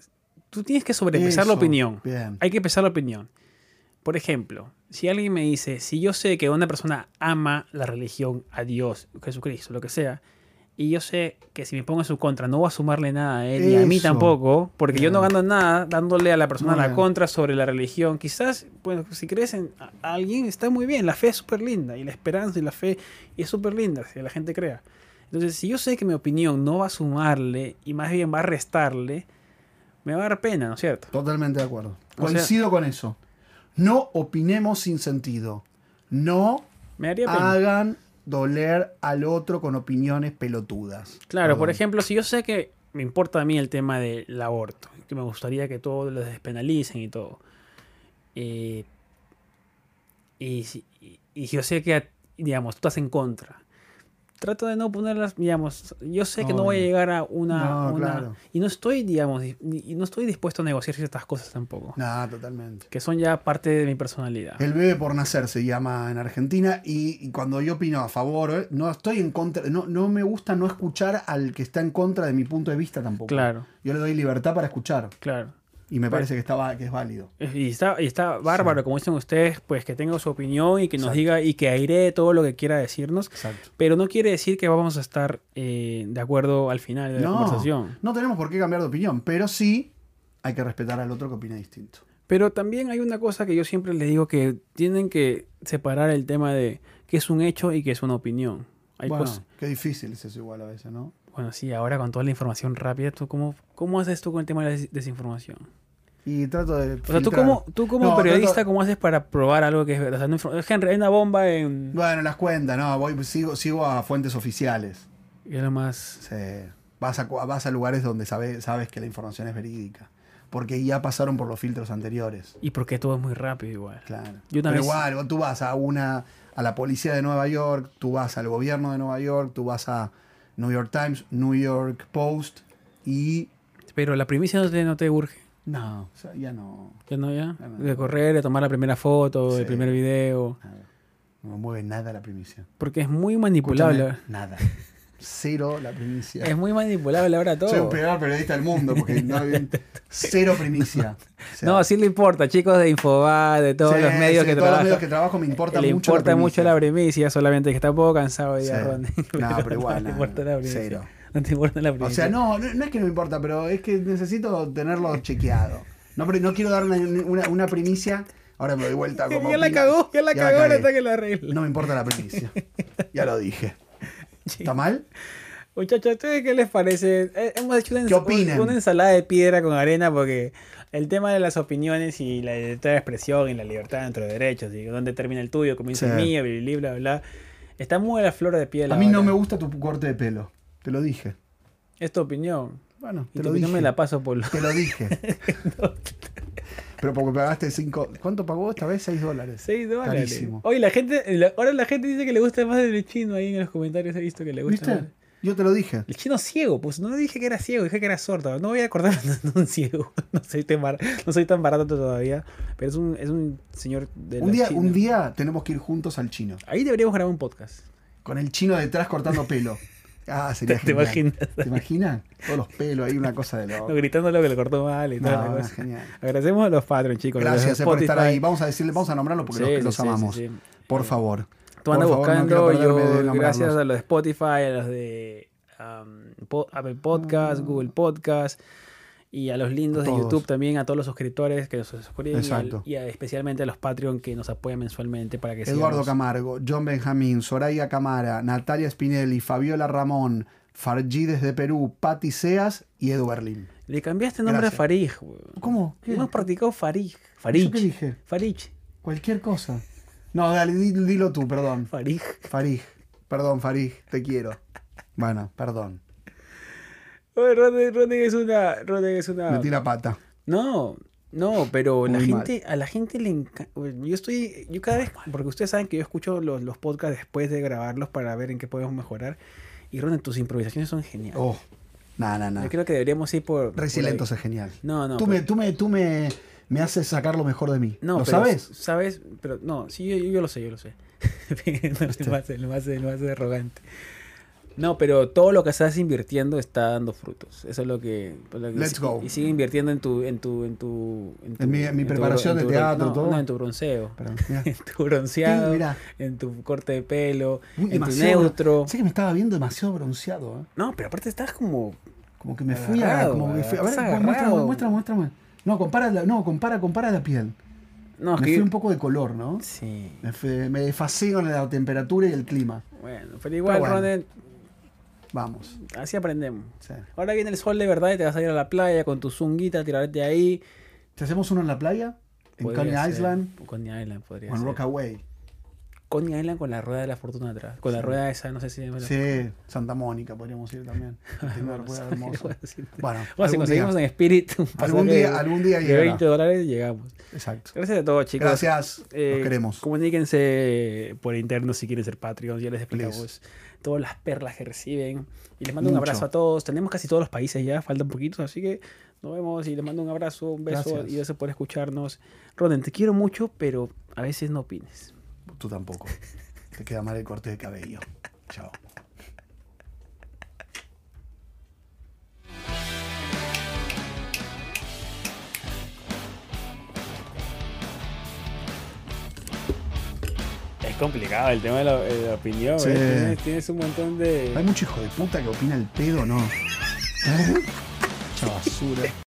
Speaker 1: tú tienes que sobrepesar la
Speaker 2: Eso,
Speaker 1: opinión.
Speaker 2: Bien.
Speaker 1: Hay que pesar la opinión. Por ejemplo, si alguien me dice, si yo sé que una persona ama la religión, a Dios, Jesucristo, lo que sea, Y yo sé que si me pongo en su contra, no voy a sumarle nada a él, ni a mí
Speaker 2: Eso.
Speaker 1: tampoco, porque yo no
Speaker 2: Bien.
Speaker 1: gano nada dándole a la persona
Speaker 2: Muy
Speaker 1: la
Speaker 2: bien.
Speaker 1: contra sobre la religión. Quizás, bueno, si crees en a- a alguien, está muy bien. La fe es súper linda, y la esperanza y la fe es súper linda, si la gente crea. Entonces, si yo sé que mi opinión no va a sumarle y más bien va a restarle, me va a dar pena, ¿no es cierto?
Speaker 2: Totalmente de acuerdo.
Speaker 1: O sea-
Speaker 2: Coincido con eso. No opinemos sin sentido. No
Speaker 1: Me haría
Speaker 2: Ah,
Speaker 1: pena.
Speaker 2: hagan doler al otro con opiniones pelotudas.
Speaker 1: Claro, por
Speaker 2: Perdón.
Speaker 1: ejemplo, si yo sé que me importa a mí el tema del aborto, que me gustaría que todos lo despenalicen y todo. eh, y, si- y- y yo sé que, digamos, tú estás en contra. Trato de no ponerlas, digamos, yo sé que no voy a
Speaker 2: Obvio.
Speaker 1: llegar a una...
Speaker 2: No,
Speaker 1: una-
Speaker 2: claro.
Speaker 1: Y no estoy, digamos, di- y no estoy dispuesto a negociar ciertas cosas tampoco,
Speaker 2: Nah, totalmente.
Speaker 1: que son ya parte de mi personalidad.
Speaker 2: El bebé por nacer se llama en Argentina y, y cuando yo opino a favor, eh, no estoy en contra, no, no me gusta no escuchar al que está en contra de mi punto de vista tampoco.
Speaker 1: Claro,
Speaker 2: Yo le doy libertad para escuchar
Speaker 1: claro.
Speaker 2: y me
Speaker 1: Pero-
Speaker 2: parece que, está, va- que es válido.
Speaker 1: Y está, y está bárbaro, como dicen ustedes, pues que tenga su opinión y que nos
Speaker 2: Exacto.
Speaker 1: diga y que aire todo lo que quiera decirnos,
Speaker 2: Exacto.
Speaker 1: pero no quiere decir que vamos a estar eh, de acuerdo al final de la conversación.
Speaker 2: no tenemos por qué cambiar de opinión, pero sí hay que respetar al otro que opina distinto.
Speaker 1: Pero también hay una cosa que yo siempre les digo que tienen que separar el tema de qué es un hecho y qué es una opinión. Hay
Speaker 2: bueno,
Speaker 1: cosas-
Speaker 2: qué difícil es eso igual a veces, ¿no?
Speaker 1: bueno, sí, ahora con toda la información rápida, ¿tú cómo, ¿cómo haces tú con el tema de la des- desinformación?
Speaker 2: Y trato de.
Speaker 1: O sea, ¿tú
Speaker 2: filtrar.
Speaker 1: como, tú como
Speaker 2: No,
Speaker 1: periodista,
Speaker 2: trato-
Speaker 1: ¿cómo haces para probar algo que es verdad? O sea, no infor- Henry, hay una bomba en...
Speaker 2: Bueno, las cuentas, no, voy, sigo, sigo a fuentes oficiales.
Speaker 1: que es lo más...
Speaker 2: Sí. Vas, a, cu- vas a lugares donde sabe- sabes que la información es verídica. Porque ya pasaron por los filtros anteriores.
Speaker 1: Y porque todo es muy rápido igual.
Speaker 2: Claro.
Speaker 1: Yo una
Speaker 2: Pero
Speaker 1: vez-
Speaker 2: igual, vos- tú vas a una a la policía de Nueva York, tú vas al gobierno de Nueva York, tú vas a New York Times, New York Post y
Speaker 1: Pero la primicia no te, no te urge.
Speaker 2: no, o sea, ya no,
Speaker 1: Ya no, ya.
Speaker 2: Ah, no.
Speaker 1: De correr, de tomar la primera foto, el
Speaker 2: Sí.
Speaker 1: primer video.
Speaker 2: nada. no me mueve nada la primicia.
Speaker 1: Porque es muy manipulable.
Speaker 2: Escúchame, Nada. Cero la primicia.
Speaker 1: Es muy manipulable ahora todo.
Speaker 2: Soy el peor periodista del mundo porque no cero primicia. O sea,
Speaker 1: No, sí le importa, chicos de Infobae, de todos
Speaker 2: sí,
Speaker 1: los medios
Speaker 2: sí,
Speaker 1: que
Speaker 2: todos los
Speaker 1: trabajan.
Speaker 2: medios que trabajo me importa
Speaker 1: le
Speaker 2: mucho.
Speaker 1: importa
Speaker 2: la
Speaker 1: mucho
Speaker 2: primicia.
Speaker 1: la primicia, solamente que está un poco cansado ya,
Speaker 2: Sí.
Speaker 1: Ron.
Speaker 2: No, pero igual,
Speaker 1: No te
Speaker 2: no,
Speaker 1: importa
Speaker 2: no,
Speaker 1: la primicia.
Speaker 2: cero.
Speaker 1: No te importa la
Speaker 2: O
Speaker 1: primicia.
Speaker 2: sea, no, no, no es que no me importa, pero es que necesito tenerlo chequeado. No, pero no quiero dar una, una- una primicia. Ahora me doy vuelta como.
Speaker 1: Ya la
Speaker 2: pila.
Speaker 1: cagó, ya la cagó,
Speaker 2: cagué.
Speaker 1: ahora está que la arregla.
Speaker 2: No me importa la primicia. Ya lo dije.
Speaker 1: Sí.
Speaker 2: ¿Está mal?
Speaker 1: Muchachos, ¿ustedes qué les parece? Eh, Hemos hecho una,
Speaker 2: ¿Qué
Speaker 1: ens-
Speaker 2: opinan?
Speaker 1: una ensalada de piedra con arena porque el tema de las opiniones y la libertad de expresión y la libertad entre los derechos y dónde termina el tuyo, comienza el
Speaker 2: Sí.
Speaker 1: mío, bla, bla, bla, bla, está muy a la flor de piel.
Speaker 2: A mí no
Speaker 1: ahora.
Speaker 2: me gusta tu corte de pelo. Te lo dije.
Speaker 1: Es tu opinión.
Speaker 2: Bueno,
Speaker 1: Y
Speaker 2: te
Speaker 1: tu
Speaker 2: lo
Speaker 1: opinión
Speaker 2: dije.
Speaker 1: me la paso por... lo-
Speaker 2: Te lo dije. Pero porque pagaste 5. ¿Cuánto pagó esta vez? 6 dólares.
Speaker 1: 6 dólares.
Speaker 2: Carísimo.
Speaker 1: Oye, la gente, la- ahora la gente dice que le gusta más el chino ahí en los comentarios. He visto que le gusta más.
Speaker 2: ¿Viste? Yo te lo dije.
Speaker 1: El chino ciego, pues no dije que era ciego, dije que era sordo. No voy a acordar de un ciego. No soy tan, bar- no soy tan barato todavía. Pero es un, es un señor de
Speaker 2: Un
Speaker 1: la
Speaker 2: día,
Speaker 1: China.
Speaker 2: un día tenemos que ir juntos al chino.
Speaker 1: Ahí deberíamos grabar un podcast.
Speaker 2: Con el chino detrás cortando pelo. Ah, sería
Speaker 1: ¿Te
Speaker 2: genial.
Speaker 1: imaginas?
Speaker 2: ¿Te imaginas? Todos los pelos ahí, una cosa de loco.
Speaker 1: No, gritando lo que le cortó mal y
Speaker 2: No,
Speaker 1: toda la
Speaker 2: no,
Speaker 1: cosa.
Speaker 2: genial.
Speaker 1: Agradecemos a los patrons, chicos.
Speaker 2: Gracias eh,
Speaker 1: los
Speaker 2: por estar
Speaker 1: Spotify.
Speaker 2: ahí. Vamos a decirle, vamos a nombrarlos
Speaker 1: Sí,
Speaker 2: porque los,
Speaker 1: sí,
Speaker 2: los
Speaker 1: sí,
Speaker 2: amamos.
Speaker 1: sí, sí.
Speaker 2: Por favor.
Speaker 1: Tú andas
Speaker 2: Por favor, no
Speaker 1: buscando,
Speaker 2: quiero perderme
Speaker 1: yo,
Speaker 2: de nombrarlos.
Speaker 1: gracias a los de Spotify, a los de um, po- Apple Podcast, Google Podcast y a los lindos
Speaker 2: A
Speaker 1: de
Speaker 2: Mm. todos.
Speaker 1: YouTube también, a todos los suscriptores que nos suscriben y, al-
Speaker 2: Exacto.
Speaker 1: y a- especialmente a los Patreon que nos apoyan mensualmente para que
Speaker 2: Eduardo
Speaker 1: sigamos.
Speaker 2: Camargo, John Benjamín, Soraya Camara, Natalia Spinelli, Fabiola Ramón, Fargí desde Perú, Patti Seas y Edu Berlín.
Speaker 1: Le cambiaste nombre
Speaker 2: Gracias.
Speaker 1: a Farij. weón.
Speaker 2: ¿Cómo? ¿Qué?
Speaker 1: Hemos practicado Farij.
Speaker 2: ¿Yo qué
Speaker 1: Farij.
Speaker 2: dije?
Speaker 1: Farij.
Speaker 2: Cualquier cosa. No, dale, di- dilo tú, perdón.
Speaker 1: Farij.
Speaker 2: Farij. Perdón, Farij, te quiero. Bueno, perdón.
Speaker 1: Oye, Ronen- Ronen es una... Ronen es una...
Speaker 2: Me tira pata.
Speaker 1: No, no, pero la
Speaker 2: Muy mal.
Speaker 1: gente, a la gente le encanta. Yo estoy, yo cada vez, porque ustedes saben que yo escucho los, los podcasts después de grabarlos para ver en qué podemos mejorar. Y Ronen, tus improvisaciones son geniales.
Speaker 2: Oh. No, no, no.
Speaker 1: Yo creo que deberíamos ir por. por ahí.
Speaker 2: Resilento es genial.
Speaker 1: No, no.
Speaker 2: tú
Speaker 1: pero-
Speaker 2: me, tú me, tú me, me haces sacar lo mejor de mí.
Speaker 1: no,
Speaker 2: ¿Lo
Speaker 1: pero-
Speaker 2: sabes?
Speaker 1: Sabes, pero
Speaker 2: Este.
Speaker 1: no, sí, yo, yo lo sé, yo lo sé. no, lo más, lo más arrogante. No, pero todo lo que estás invirtiendo está dando frutos. Eso es lo que. pues, lo que-
Speaker 2: Let's go.
Speaker 1: Y sigue invirtiendo en tu. En, tu, en, tu, tu-
Speaker 2: En mi- en mi
Speaker 1: tu-
Speaker 2: preparación de
Speaker 1: tu-
Speaker 2: teatro,
Speaker 1: no,
Speaker 2: todo.
Speaker 1: No, en tu bronceo.
Speaker 2: Perdón, mirá.
Speaker 1: En tu bronceado.
Speaker 2: Sí, mirá.
Speaker 1: en tu corte de pelo.
Speaker 2: Uy,
Speaker 1: en tu
Speaker 2: demasiado-
Speaker 1: neutro.
Speaker 2: Sé que me estaba viendo demasiado bronceado, ¿eh?
Speaker 1: No, pero aparte estás como.
Speaker 2: Como que me fui a.
Speaker 1: Agarrado,
Speaker 2: Como que fui- a ver,
Speaker 1: estás
Speaker 2: muéstrame, muéstrame,
Speaker 1: agarrado.
Speaker 2: muéstrame, No, compara la, no, compara, compara la piel.
Speaker 1: No, es
Speaker 2: Me
Speaker 1: que-
Speaker 2: fui un poco de color, ¿no?
Speaker 1: Sí.
Speaker 2: Me, fui- me desfasé con la temperatura y el clima.
Speaker 1: Bueno, pero igual,
Speaker 2: bueno.
Speaker 1: Ronen,
Speaker 2: Vamos.
Speaker 1: así aprendemos.
Speaker 2: sí.
Speaker 1: Ahora viene el sol de verdad y te vas a ir a la playa con tu zunguita, tirarte ahí.
Speaker 2: ¿Te hacemos uno en la playa? En
Speaker 1: Podría
Speaker 2: Coney
Speaker 1: ser.
Speaker 2: Island
Speaker 1: Coney Island podría
Speaker 2: o en
Speaker 1: ser.
Speaker 2: Rockaway.
Speaker 1: Coney Island con la rueda de la fortuna atrás. Con la
Speaker 2: Sí.
Speaker 1: rueda esa, no sé si.
Speaker 2: Sí, Santa Mónica podríamos ir también. Tiene una
Speaker 1: Bueno,
Speaker 2: rueda
Speaker 1: sí,
Speaker 2: hermosa.
Speaker 1: bueno, sí.
Speaker 2: Bueno,
Speaker 1: Bueno, si
Speaker 2: algún día.
Speaker 1: conseguimos en Spirit un
Speaker 2: Algún
Speaker 1: pasaje
Speaker 2: día,
Speaker 1: de-
Speaker 2: algún día
Speaker 1: de 20
Speaker 2: llegará.
Speaker 1: dólares, llegamos.
Speaker 2: Exacto.
Speaker 1: Gracias a todos, chicos.
Speaker 2: Gracias.
Speaker 1: Eh,
Speaker 2: Los queremos.
Speaker 1: Comuníquense por interno si quieren ser Patreon. Ya les explicamos
Speaker 2: Please.
Speaker 1: todas las perlas que reciben. Y les mando un
Speaker 2: Mucho.
Speaker 1: abrazo a todos. Tenemos casi todos los países ya, faltan poquitos, así que nos vemos y les mando un abrazo, un beso
Speaker 2: Gracias.
Speaker 1: y gracias por escucharnos. Ronen, te quiero mucho, pero a veces no opines.
Speaker 2: Tú tampoco. Te queda mal el corte de cabello. Chao.
Speaker 1: Es complicado el tema de la, de la opinión.
Speaker 2: Sí.
Speaker 1: ¿eh? Tienes, tienes un montón de...
Speaker 2: Hay mucho hijo de puta que opina el pedo, ¿no? ¿Eh? Mucha basura.